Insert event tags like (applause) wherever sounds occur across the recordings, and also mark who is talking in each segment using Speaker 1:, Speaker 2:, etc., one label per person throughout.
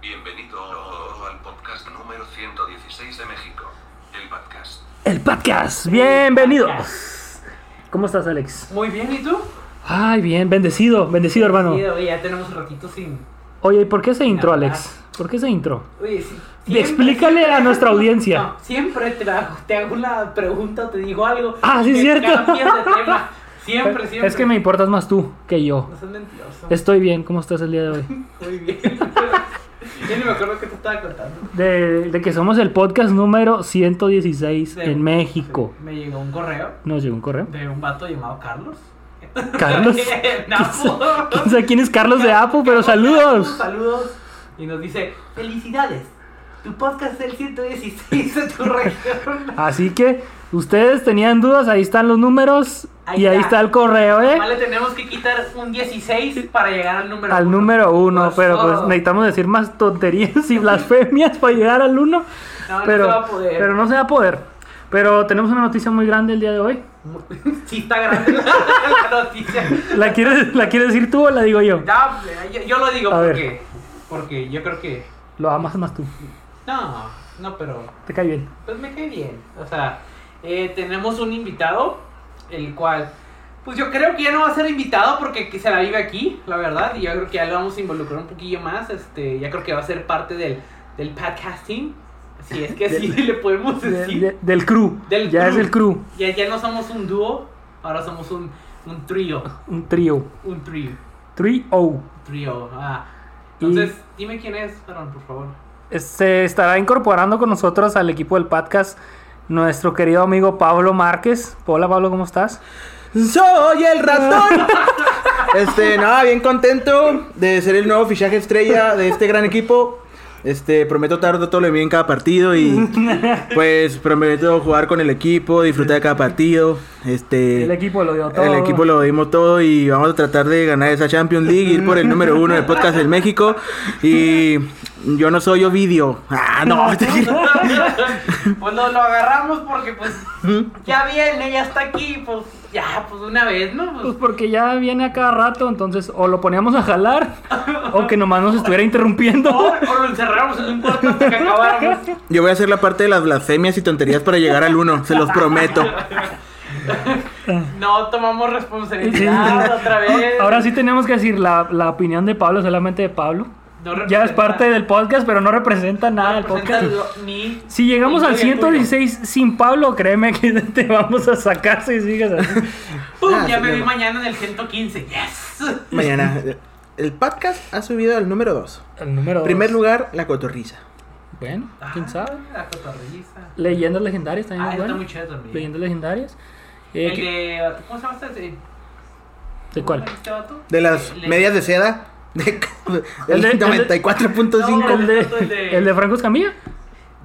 Speaker 1: Bienvenido al podcast número 116 de México. El podcast.
Speaker 2: El podcast, bienvenidos. ¿Cómo estás, Alex?
Speaker 3: Muy bien, ¿y tú?
Speaker 2: Ay, bien, bendecido, bendecido, hermano.
Speaker 3: Mira, oye, ya tenemos un ratito sin...
Speaker 2: Oye, ¿y por qué ese intro, Alex? ¿Por qué ese intro?
Speaker 3: Oye, sí.
Speaker 2: Y explícale a nutra audiencia.
Speaker 3: (laughs) No, siempre te, la- te hago una pregunta, te digo algo.
Speaker 2: Ah, sí, es
Speaker 3: que
Speaker 2: cierto.
Speaker 3: cambias de tema. Siempre,
Speaker 2: (laughs)
Speaker 3: siempre.
Speaker 2: Es que me importas más tú que yo.
Speaker 3: No seas mentiroso.
Speaker 2: Estoy bien, ¿cómo estás el día de (laughs) hoy?
Speaker 3: Muy bien. (laughs) Yo ni me acuerdo que te estaba contando.
Speaker 2: De, de que somos el podcast número 116 (laughs)
Speaker 3: De-
Speaker 2: en México.
Speaker 3: Me llegó un correo
Speaker 2: Nos llegó un (laughs) correo.
Speaker 3: de un vato llamado Carlos.
Speaker 2: (laughs) Carlos.
Speaker 3: (laughs) No. (laughs)
Speaker 2: ¿Quién sabe quién es Carlos de Apo? Pero saludos.
Speaker 3: Saludos. Y nos dice, felicidades. Tu podcast es el 116 de tu (laughs) región.
Speaker 2: Así que, ustedes tenían dudas, ahí están los números.
Speaker 3: Ahí
Speaker 2: y ahí
Speaker 3: está.
Speaker 2: está el correo, ¿eh?
Speaker 3: Vale, tenemos que quitar un 16 para llegar al número
Speaker 2: Al
Speaker 3: uno.
Speaker 2: número uno,
Speaker 3: Pues,
Speaker 2: pero pues
Speaker 3: oh,
Speaker 2: necesitamos decir más tonterías
Speaker 3: (laughs)
Speaker 2: y blasfemias para llegar al uno.
Speaker 3: No, no
Speaker 2: pero,
Speaker 3: se va a poder.
Speaker 2: pero no se va a poder. Pero tenemos una noticia muy grande el día de hoy.
Speaker 3: (laughs) Sí está grande la (laughs) noticia.
Speaker 2: ¿La quieres, la quieres decir tú o la digo yo?
Speaker 3: Ya, yo, yo lo digo
Speaker 2: A ver.
Speaker 3: porque... Porque yo creo que...
Speaker 2: Lo amas más tú.
Speaker 3: No, no, pero...
Speaker 2: Te cae bien.
Speaker 3: Pues me cae bien. O sea, eh, tenemos un invitado, el cual... Pues yo creo que ya no va a ser invitado porque que se la vive aquí, la verdad. Y yo creo que ya lo vamos a involucrar un poquillo más. Este, ya creo que va a ser parte del, del podcasting. Si es que así le
Speaker 2: (laughs)
Speaker 3: podemos
Speaker 2: De-
Speaker 3: decir.
Speaker 2: de- del crew.
Speaker 3: Del
Speaker 2: ya
Speaker 3: crew.
Speaker 2: es el crew.
Speaker 3: Ya, ya no somos un dúo, ahora somos un, un trío.
Speaker 2: Un trío.
Speaker 3: Un trío.
Speaker 2: Trio.
Speaker 3: Trío. Ah.
Speaker 2: Y-
Speaker 3: Entonces, dime quién es, Aaron, por favor.
Speaker 2: Se estará incorporando con nosotros al equipo del podcast nuestro querido amigo Pablo Márquez. Hola Pablo, ¿cómo estás?
Speaker 4: Soy el ratón. (laughs) Este, nada, bien contento de ser el nuevo fichaje estrella de este gran equipo. Este, prometo tardo todo lo de mí en cada
Speaker 2: (laughs)
Speaker 4: partido y pues prometo jugar con el equipo, disfrutar de cada partido. Este,
Speaker 2: El equipo lo dio todo.
Speaker 4: el equipo lo dimos todo y vamos a tratar de ganar esa Champions League, ir por el número uno del podcast del México. Y yo no soy Ovidio. Ah, no. (laughs)
Speaker 3: (laughs) pues no, lo agarramos porque, pues, ya viene, ya está aquí. Pues, ya, pues una vez, ¿no?
Speaker 2: Pues
Speaker 3: Pues,
Speaker 2: porque ya viene a cada rato, entonces o lo poníamos a
Speaker 3: (laughs)
Speaker 2: jalar o que nomás nos estuviera
Speaker 3: o,
Speaker 2: interrumpiendo.
Speaker 3: o lo encerramos en un cuarto hasta que acabáramos.
Speaker 4: Yo voy a hacer la parte de las blasfemias y tonterías para llegar al uno, se los prometo.
Speaker 3: No tomamos responsabilidad otra vez.
Speaker 2: Ahora sí tenemos que decir la, la opinión de Pablo, solamente de Pablo.
Speaker 3: No
Speaker 2: Ya es
Speaker 3: representa-
Speaker 2: parte del podcast, pero no representa nada del
Speaker 3: no representa
Speaker 2: podcast.
Speaker 3: lo- ni-
Speaker 2: Si llegamos
Speaker 3: ni
Speaker 2: al
Speaker 3: tuyo, tuyo.
Speaker 2: 116 sin Pablo, créeme que (laughs) te vamos a sacar si sigues así.
Speaker 3: ¡Pum!
Speaker 4: Ah,
Speaker 3: ya
Speaker 4: sí,
Speaker 3: me vi
Speaker 4: no.
Speaker 3: mañana en el 115. ¡Yes!
Speaker 4: Mañana. El podcast ha subido al número 2.
Speaker 2: El número dos.
Speaker 4: Primer lugar, la cotorriza.
Speaker 2: Bueno, quién
Speaker 3: Ah,
Speaker 2: sabe.
Speaker 3: La cotorriza.
Speaker 2: Leyendas legendarias también.
Speaker 3: Ah,
Speaker 2: es
Speaker 3: está
Speaker 2: bueno.
Speaker 3: muy chido también.
Speaker 2: Leyendas legendarias. Eh,
Speaker 3: El
Speaker 2: ¿qué-
Speaker 3: de. ¿Cómo se llama este? ¿De
Speaker 2: ¿De cuál?
Speaker 3: ¿Este vato?
Speaker 4: De las
Speaker 3: Le-
Speaker 4: medias de seda. De, (laughs)
Speaker 2: El de- el
Speaker 4: del
Speaker 2: de-
Speaker 3: No,
Speaker 4: 94.5.
Speaker 2: El de, el de Franco Escamilla.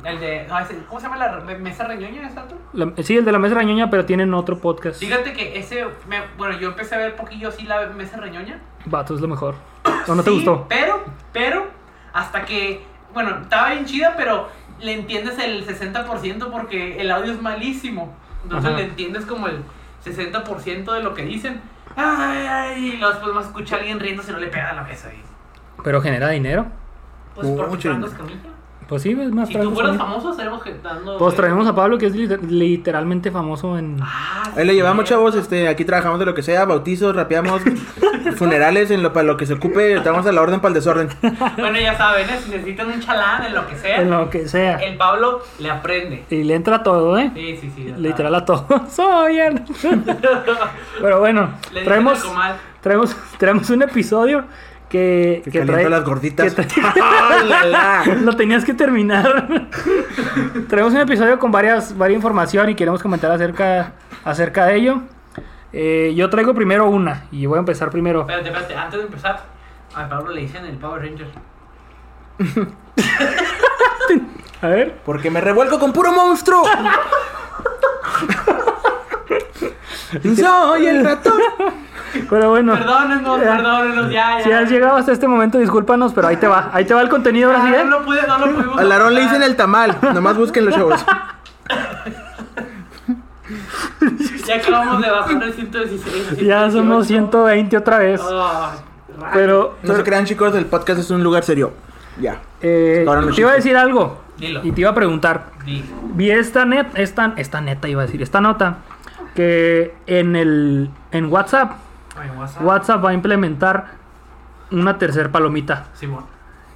Speaker 3: El de. no, ese- ¿Cómo se llama la re- mesa reñoña ese vato?
Speaker 2: La- sí, el de la mesa rañoña, pero tienen otro podcast.
Speaker 3: Fíjate que ese. me- bueno, yo empecé a ver poquillo así la mesa reñoña.
Speaker 2: Vato es lo mejor. ¿O no te
Speaker 3: Sí,
Speaker 2: gustó?
Speaker 3: Pero, pero, hasta que. Bueno, estaba bien chida, pero le entiendes el 60% porque el audio es malísimo. Entonces
Speaker 2: Ajá.
Speaker 3: le entiendes como el 60% de lo que dicen. Ay, ay, y luego después más escucha a alguien riendo si no le pega a la mesa. Y,
Speaker 2: Pero genera dinero.
Speaker 3: pues
Speaker 4: Mucho
Speaker 3: porque Franco
Speaker 4: dinero.
Speaker 3: Escamilla.
Speaker 2: Pues sí, es más
Speaker 3: Si
Speaker 2: Franco
Speaker 3: tú fueras
Speaker 2: Escamilla.
Speaker 3: famoso, eh. estaremos dando.
Speaker 2: Pues traemos a Pablo, que es liter- literalmente famoso en.
Speaker 3: Ah,
Speaker 4: Ahí le llevamos, chavos. Este, aquí trabajamos de lo que sea: bautizos,
Speaker 2: (laughs)
Speaker 4: rapeamos, funerales, en lo, para lo que se ocupe. Estamos a la orden para
Speaker 2: (laughs)
Speaker 4: el desorden.
Speaker 3: Bueno, ya saben, ¿eh? si necesitan un chalán en lo que sea,
Speaker 2: En lo que sea.
Speaker 3: el Pablo le aprende.
Speaker 2: Y le entra todo, ¿eh?
Speaker 3: Sí, sí, sí. ya
Speaker 2: Literal a todo. (laughs) Soy
Speaker 3: (laughs)
Speaker 2: el- Pero bueno,
Speaker 3: saben. Le dicen
Speaker 2: traemos,
Speaker 3: al comal,
Speaker 2: traemos, traemos un episodio que.
Speaker 4: Que,
Speaker 2: que
Speaker 4: caliento
Speaker 2: trae- (laughs)
Speaker 4: las gorditas.
Speaker 2: que
Speaker 4: (laughs) Ah, la, la.
Speaker 2: Lo tenías que terminar. (laughs) Traemos un episodio con varias, varias información y queremos comentar acerca, acerca de ello. Eh, yo traigo primero una y voy a empezar primero.
Speaker 3: Espérate, espérate, antes de empezar, al Pablo le dicen el Power Ranger.
Speaker 2: A ver.
Speaker 4: Porque me revuelco con
Speaker 2: (laughs)
Speaker 4: puro monstruo. Soy el ratón.
Speaker 2: Pero bueno.
Speaker 3: Perdónenos,
Speaker 2: (laughs) Eh,
Speaker 3: perdónenos, ya, ya.
Speaker 2: Si has llegado hasta este momento, discúlpanos, pero ahí te va. Ahí te va el contenido ahora sí,
Speaker 3: Ah,
Speaker 2: ¿eh?
Speaker 3: no lo pude, no lo pudimos.
Speaker 4: Al Aarón le
Speaker 3: aguantar.
Speaker 4: dicen el tamal. Nomás busquen los chavos.
Speaker 3: Ya acabamos de bajar el
Speaker 2: (laughs)
Speaker 3: 116.
Speaker 2: Ya somos 120 otra vez.
Speaker 3: Oh, rayos.
Speaker 2: Pero,
Speaker 4: No se crean, chicos, el podcast es un lugar serio. Ya.
Speaker 2: Eh,
Speaker 4: Ahora no
Speaker 2: te iba a
Speaker 4: existe.
Speaker 2: decir algo
Speaker 3: Dilo.
Speaker 2: y te iba a preguntar.
Speaker 3: Di.
Speaker 2: Vi esta net, esta, esta neta iba a decir, esta nota que en el en WhatsApp,
Speaker 3: Ay, WhatsApp.
Speaker 2: WhatsApp va a implementar una tercer palomita.
Speaker 3: Simón.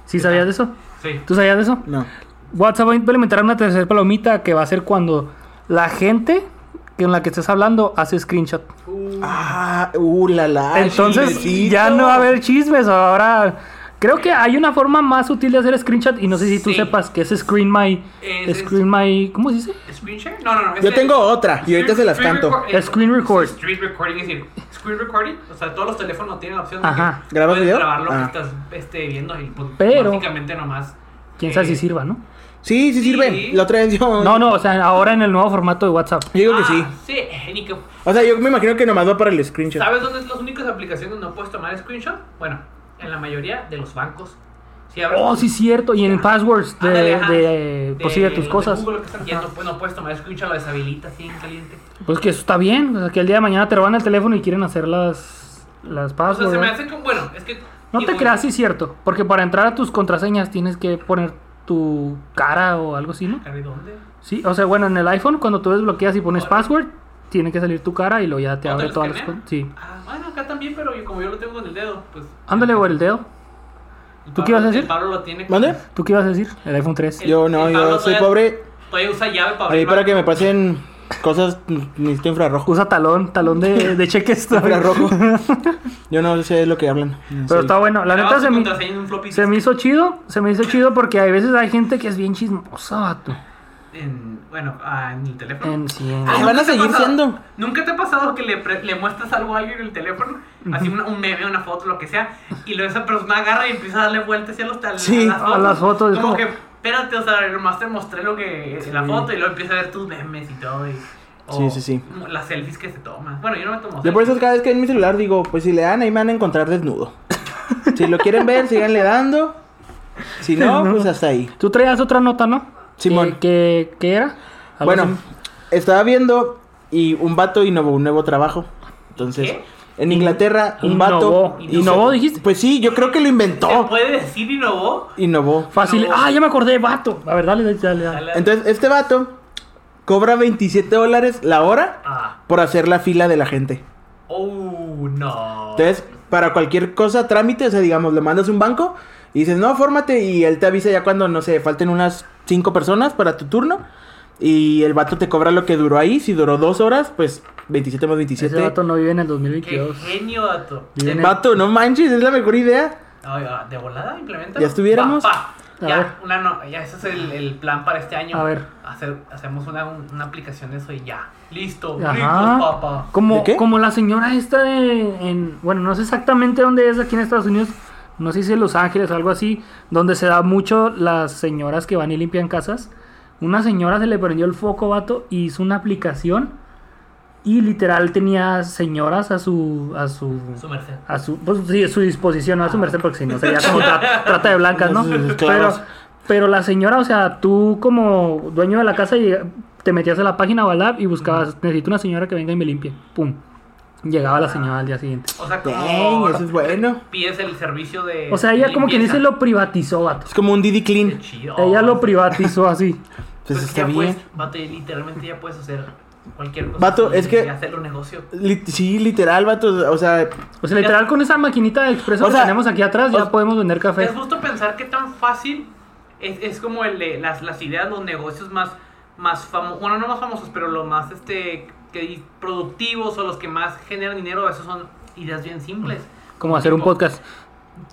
Speaker 2: ¿Sí sabías de eso?
Speaker 3: Sí.
Speaker 2: ¿Tú sabías de eso?
Speaker 4: No.
Speaker 2: WhatsApp va a implementar una tercer palomita que va a ser cuando la gente con la que estés hablando hace screenshot.
Speaker 4: Ah, uh, la la.
Speaker 2: Entonces
Speaker 4: chismecito.
Speaker 2: ya no va a haber chismes. Ahora creo que hay una forma más útil de hacer screenshot y no sé si tú
Speaker 3: Sí.
Speaker 2: sepas que es Screen My.
Speaker 3: Es- es-
Speaker 2: screen My. ¿Cómo se dice?
Speaker 3: ¿Screen share? No, no, no. es
Speaker 4: Yo
Speaker 3: el-
Speaker 4: tengo otra y ahorita se las
Speaker 3: Screen
Speaker 4: canto.
Speaker 3: record- eh,
Speaker 2: Screen record.
Speaker 3: Screen recording, es decir, screen recording, o sea, todos los teléfonos tienen la opción
Speaker 2: Ajá.
Speaker 3: de que
Speaker 4: ¿Grabar
Speaker 3: puedes
Speaker 4: video?
Speaker 3: grabar lo que
Speaker 4: Ah.
Speaker 3: estás este, viendo y pues,
Speaker 2: Pero-
Speaker 3: básicamente nomás.
Speaker 2: Quién sabe
Speaker 3: eh,
Speaker 2: si sirva, ¿no?
Speaker 4: Sí, sí,
Speaker 3: Sí.
Speaker 4: sirve. La otra vez yo.
Speaker 2: No, no, o sea, ahora en el nuevo formato de WhatsApp.
Speaker 4: Yo digo
Speaker 3: ah,
Speaker 4: que sí.
Speaker 3: Sí, eh, ni que-
Speaker 4: O sea, yo me imagino que nomás va para el screenshot.
Speaker 3: ¿Sabes dónde es las únicas aplicaciones donde no puedes tomar screenshot? Bueno, en la mayoría de los bancos. Si abres-
Speaker 2: Oh, sí, cierto. Y en passwords de,
Speaker 3: Ándale, ajá,
Speaker 2: de, pues, sí, de tus
Speaker 3: de
Speaker 2: cosas.
Speaker 3: Google, lo que están haciendo, pues, no puedes tomar screenshot, lo deshabilitas así en caliente.
Speaker 2: Pues que eso está bien. O sea, que el día de mañana te roban el teléfono y quieren hacer las, las
Speaker 3: O sea,
Speaker 2: passwords.
Speaker 3: se me
Speaker 2: ¿verdad?
Speaker 3: hace como. Bueno, es que.
Speaker 2: No
Speaker 3: digo,
Speaker 2: te creas, sí, cierto. Porque para entrar a tus contraseñas tienes que poner tu cara o algo así, ¿no?
Speaker 3: ¿cara de dónde?
Speaker 2: Sí, o sea, bueno, en el iPhone cuando tú desbloqueas y pones
Speaker 3: Ahora.
Speaker 2: password, tiene que salir tu cara y lo ya te
Speaker 3: ¿No
Speaker 2: abre
Speaker 3: lo
Speaker 2: todas las
Speaker 3: escanea?
Speaker 2: cosas. Sí.
Speaker 3: Ah, bueno, acá también, pero yo, como yo lo tengo con el dedo, pues.
Speaker 2: Ándale, o el dedo.
Speaker 3: el
Speaker 2: ¿tú
Speaker 3: Pablo-
Speaker 2: qué ibas a decir?
Speaker 3: el Pablo lo tiene. con-
Speaker 4: ¿Mande?
Speaker 2: ¿Tú qué ibas a decir? El iPhone 3.
Speaker 3: El-
Speaker 4: Yo no,
Speaker 3: el
Speaker 4: yo
Speaker 3: Pablo
Speaker 4: soy
Speaker 3: todavía-
Speaker 4: pobre.
Speaker 3: Todavía usa llave para
Speaker 4: Ahí
Speaker 3: abrir
Speaker 4: para
Speaker 3: la-
Speaker 4: que me pasen cosas,
Speaker 2: (laughs)
Speaker 4: necesito infrarrojo.
Speaker 2: Usa talón, talón de, de
Speaker 4: (laughs)
Speaker 2: cheques.
Speaker 4: Infrarrojo. Yo no sé de lo que hablan. No
Speaker 2: Pero
Speaker 4: sé.
Speaker 2: está bueno. La
Speaker 3: graba
Speaker 2: neta
Speaker 3: su
Speaker 2: se me,
Speaker 3: contraseña en un floppy
Speaker 2: se me hizo chido. Se me hizo chido porque a veces hay gente que es bien chismosa, vato.
Speaker 3: en- bueno, ah, en el teléfono.
Speaker 2: En sí, en-
Speaker 4: Ah,
Speaker 3: ¿nunca
Speaker 4: van a
Speaker 3: te ha
Speaker 4: seguir
Speaker 3: pasado-
Speaker 4: siendo.
Speaker 3: ¿Nunca te ha pasado que le, pre- le muestras algo a alguien en el teléfono? Así una- un meme, una foto, lo que sea. Y luego esa persona agarra y empieza a darle vueltas y a, los, tal-
Speaker 4: Sí,
Speaker 2: a las fotos, es
Speaker 3: Como
Speaker 2: como-
Speaker 3: que, espérate, o sea, nomás te mostré lo que es la foto y luego empieza a ver tus memes y todo. Y, o
Speaker 4: Sí, sí, sí.
Speaker 3: Las selfies que se toman. Bueno, yo no me tomo.
Speaker 4: Yo por eso
Speaker 3: selfies.
Speaker 4: cada vez que en mi celular digo, pues si le dan, ahí me van a encontrar
Speaker 2: (laughs)
Speaker 4: desnudo. si lo quieren ver, síganle dando. Si no,
Speaker 2: Desnudo.
Speaker 4: pues hasta ahí.
Speaker 2: Tú traías otra nota, ¿no?
Speaker 4: Simón.
Speaker 2: ¿Qué, qué- qué era? Algo
Speaker 4: Bueno,
Speaker 2: así.
Speaker 4: estaba viendo y un vato innovó un nuevo trabajo. Entonces,
Speaker 3: ¿Qué?
Speaker 4: en Inglaterra, un
Speaker 2: Innovó.
Speaker 4: vato.
Speaker 2: ¿Innovó, dijiste?
Speaker 4: Pues sí, yo creo que lo
Speaker 3: ¿Se
Speaker 4: inventó.
Speaker 3: puede decir innovó?
Speaker 4: Innovó.
Speaker 2: Fácil.
Speaker 3: No.
Speaker 2: Ah, ya me acordé, vato. A ver, dale, dale, dale. dale.
Speaker 3: Dale.
Speaker 4: Entonces, este vato cobra 27 dólares la hora
Speaker 3: Ah.
Speaker 4: por hacer la fila de la gente.
Speaker 3: Oh, no.
Speaker 4: Entonces, para cualquier cosa, trámite, o sea, digamos, le mandas un banco y dices, no, fórmate y él te avisa ya cuando, no sé, falten unas cinco personas para tu turno y el vato te cobra lo que duró ahí. Si duró dos horas, pues 27 más
Speaker 2: Ese
Speaker 4: 27.
Speaker 2: vato no vive en el
Speaker 3: Qué
Speaker 2: 2022.
Speaker 3: genio, dato.
Speaker 2: Bien.
Speaker 4: Vato, no manches, es la mejor idea.
Speaker 3: Ay, ah, de volada implementa.
Speaker 4: ¿Ya estuviéramos?
Speaker 3: Pa, pa.
Speaker 2: A
Speaker 3: Ya,
Speaker 2: ver.
Speaker 3: una no- ya, ese es el, el plan para este año.
Speaker 2: A ver.
Speaker 3: Hacer, hacemos una, un- una aplicación de eso y ya. Listo,
Speaker 2: Ajá.
Speaker 3: listo, papá.
Speaker 2: Como,
Speaker 4: ¿De qué?
Speaker 2: como la señora esta de. En, bueno, no sé exactamente dónde es aquí en Estados Unidos. No sé si en Los Ángeles o algo así. Donde se da mucho las señoras que van y limpian casas. Una señora se le prendió el foco, vato, y hizo una aplicación. Y literal tenía señoras a su. a su.
Speaker 3: Su merced.
Speaker 2: a su, pues, sí, a su disposición, no a su merced, porque si no sería como tra- trata de blancas, ¿no?
Speaker 4: Sí, sí,
Speaker 2: Pero,
Speaker 4: claro.
Speaker 2: pero la señora, o sea, tú como dueño de la casa llega- te metías a la página Balab y buscabas, necesito una señora que venga y me limpie. Pum. Llegaba la señora al día siguiente.
Speaker 3: O sea, como.
Speaker 4: Dang, eso es bueno.
Speaker 3: Pides el servicio de.
Speaker 2: O sea, ella como quien dice lo privatizó, vato.
Speaker 4: Es como un Didi Clean.
Speaker 3: Qué chido.
Speaker 2: Ella lo privatizó así.
Speaker 4: Pues
Speaker 3: Pues
Speaker 4: está
Speaker 3: ya
Speaker 4: bien.
Speaker 3: puedes- vato, y literalmente ya puedes hacer cualquier cosa.
Speaker 4: Vato,
Speaker 3: y-
Speaker 4: es que-
Speaker 3: y hacer un negocio.
Speaker 4: Lit- sí, literal, vato. O sea,
Speaker 2: O sea, literal con esa maquinita de expreso
Speaker 4: O
Speaker 2: que
Speaker 4: sea,
Speaker 2: tenemos aquí atrás
Speaker 4: o
Speaker 2: ya
Speaker 4: sea,
Speaker 2: podemos vender café.
Speaker 3: Es justo pensar que tan fácil es, es como el de las, las ideas, los negocios más, más famosos, bueno, no más famosos, pero los más este, que productivos o los que más generan dinero, esos son ideas bien simples.
Speaker 2: Como hacer un
Speaker 3: tipo-
Speaker 2: podcast.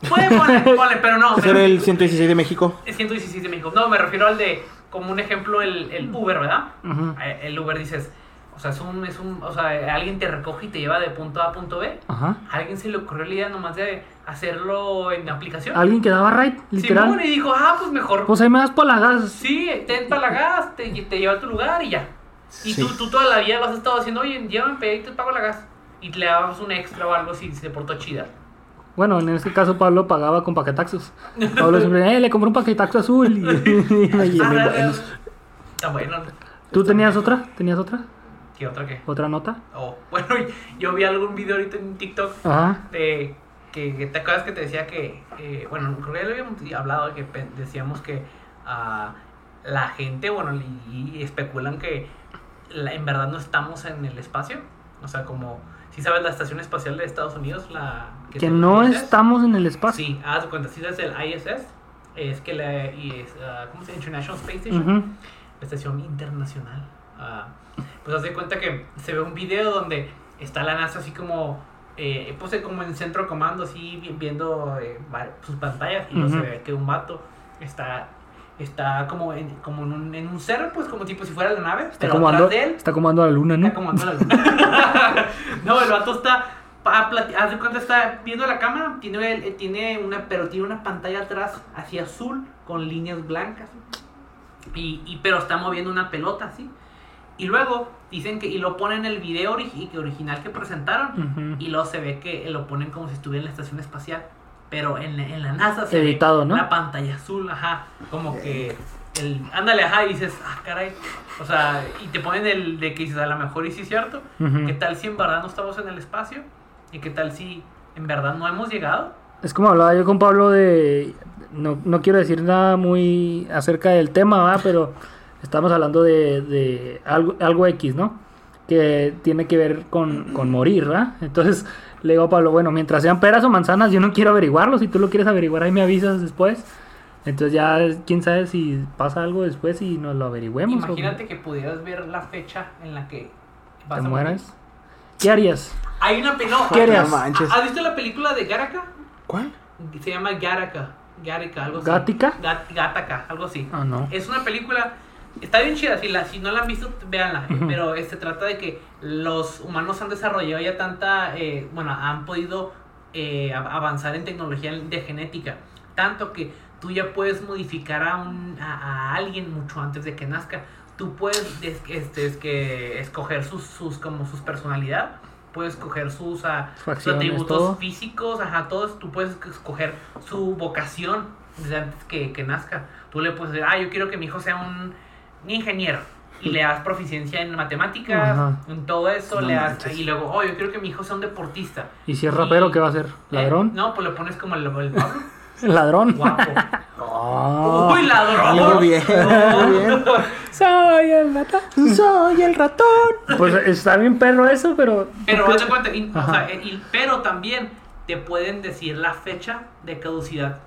Speaker 3: Pueden poner, ponle, pero no.
Speaker 4: ser
Speaker 3: pero-
Speaker 4: el 116 de México.
Speaker 3: es 116 de México. No, me refiero al de, como un ejemplo, el, el Uber, ¿verdad?
Speaker 2: Ujú.
Speaker 3: Eh, El Uber dices, o sea, es un, es un, o sea, alguien te recoge y te lleva de punto A a punto B.
Speaker 2: Ajá.
Speaker 3: ¿A alguien se le ocurrió la idea nomás de hacerlo en aplicación?
Speaker 2: Alguien que daba right,
Speaker 3: Simón,
Speaker 2: literal.
Speaker 3: y dijo, ah, pues mejor
Speaker 2: Pues ahí me das polagas.
Speaker 3: Sí, te empalagas, te, te lleva a tu lugar y ya. Y
Speaker 4: Sí.
Speaker 3: tú, tú toda la vida lo has estado haciendo, oye, llévame y te pago la gas. Y le damos un extra o algo si se portó chida.
Speaker 2: Bueno, en este caso Pablo pagaba con paquetaxos. Pablo siempre, eh, le compré un paquetaxo azul. Y, y me
Speaker 3: Ah,
Speaker 2: llené.
Speaker 3: Está bueno.
Speaker 2: ¿Tú tenías otra? ¿Tenías otra?
Speaker 3: ¿Qué otra qué?
Speaker 2: ¿Otra nota?
Speaker 3: (laughs) Oh, bueno, yo vi algún video ahorita en TikTok
Speaker 2: Ajá.
Speaker 3: de que, que te acuerdas que te decía que, eh, bueno, creo que ya lo habíamos hablado, que pe- decíamos que ah, la gente, bueno, y, y especulan que la- en verdad no estamos en el espacio. O sea, como, si sabes la Estación Espacial de Estados Unidos, la...
Speaker 2: Que
Speaker 3: te-
Speaker 2: no
Speaker 3: dices?
Speaker 2: estamos en el espacio.
Speaker 3: Sí, haz de cuenta, si es el ISS, es que la... Y es, ah, ¿Cómo se llama? International Space Station
Speaker 2: Ujú.
Speaker 3: la estación internacional. Ah, pues hace cuenta que se ve un video donde está la NASA así como, eh, pues eh, como en centro de comando, así vi- viendo eh, va- sus pantallas y luego se
Speaker 2: Ujú.
Speaker 3: ve que un vato está, está como, en, como en, un, en un cerro, pues como tipo si fuera la nave,
Speaker 2: Está
Speaker 3: pero
Speaker 2: como
Speaker 3: atrás
Speaker 2: ando-
Speaker 3: de él
Speaker 2: está como ando a la luna, ¿no?
Speaker 3: Está como andando la luna. (laughs) no, el vato está. pa- plati- Haz de cuenta, está viendo la cámara. Tiene, el- eh, tiene una, pero tiene una pantalla atrás, así azul, con líneas blancas. Y, y- pero está moviendo una pelota así. Y luego dicen que. Y lo ponen en el video origi- original que presentaron.
Speaker 2: Ujú.
Speaker 3: Y luego se ve que lo ponen como si estuviera en la estación espacial. Pero en la, en la NASA se
Speaker 2: Editado,
Speaker 3: ve
Speaker 2: ¿no?
Speaker 3: una pantalla azul, ajá. Como que. El, ándale, ajá, y dices, ah, caray. O sea, y te ponen el de que dices, a lo mejor y sí es cierto.
Speaker 2: Ujú.
Speaker 3: ¿Qué tal si en verdad no estamos en el espacio? ¿Y qué tal si en verdad no hemos llegado?
Speaker 2: Es como hablaba yo con Pablo de. No, no quiero decir nada muy acerca del tema, ¿va? pero estamos hablando de, de algo, algo X, ¿no? Que tiene que ver con, con morir, ¿va? Entonces le digo a Pablo, bueno, mientras sean peras o manzanas, yo no quiero averiguarlo. Si tú lo quieres averiguar, ahí me avisas después. Entonces ya, quién sabe si pasa algo después y nos lo averigüemos. o
Speaker 3: Imagínate que pudieras ver la fecha en la que vas
Speaker 2: te
Speaker 3: a morir.
Speaker 2: mueras. ¿Qué harías?
Speaker 3: Hay una pelota.
Speaker 2: ¿Qué harías?
Speaker 4: No manches.
Speaker 3: ¿Has visto la película de Garaka?
Speaker 4: ¿Cuál?
Speaker 3: Se llama Garaka. Garaka, algo así.
Speaker 2: ¿Gattaca?
Speaker 3: Gat- Gattaca, algo así.
Speaker 2: Ah, no.
Speaker 3: Es una película. Está bien chida, si, la, si no la han visto, véanla.
Speaker 2: Ujú.
Speaker 3: Pero eh, se trata de que los humanos han desarrollado ya tanta. eh, bueno, han podido eh, av- avanzar en tecnología de genética. Tanto que tú ya puedes modificar a, un, a, a alguien mucho antes de que nazca. Tú puedes des- este, es que escoger sus, sus, como sus personalidad. Puedes escoger sus, ah, sus
Speaker 2: Facciones,
Speaker 3: atributos
Speaker 2: todo.
Speaker 3: físicos, ajá, todos. Tú puedes escoger su vocación desde antes que, que nazca. Tú le puedes decir, ah, yo quiero que mi hijo sea un, un ingeniero. Y le das proficiencia en matemáticas,
Speaker 2: Ajá.
Speaker 3: en todo eso.
Speaker 4: No
Speaker 3: le das,
Speaker 4: manches.
Speaker 3: y luego, oh, yo quiero que mi hijo sea un deportista.
Speaker 2: ¿Y si es rapero,
Speaker 3: Y-
Speaker 2: qué va a ser?
Speaker 3: Eh,
Speaker 2: ¿Ladrón?
Speaker 3: no, pues lo pones como el, el Pablo. (laughs)
Speaker 2: ¿Ladrón?
Speaker 3: Guapo.
Speaker 2: (laughs) Ah.
Speaker 3: Uy, ladrón.
Speaker 4: Muy bien,
Speaker 3: (laughs)
Speaker 4: muy bien.
Speaker 2: Soy el ratón.
Speaker 4: Soy el ratón.
Speaker 2: Pues está bien perro eso, pero.
Speaker 3: Pero, haz de cuenta, y- o
Speaker 2: Ajá.
Speaker 3: sea, y- pero también te pueden decir la fecha de caducidad.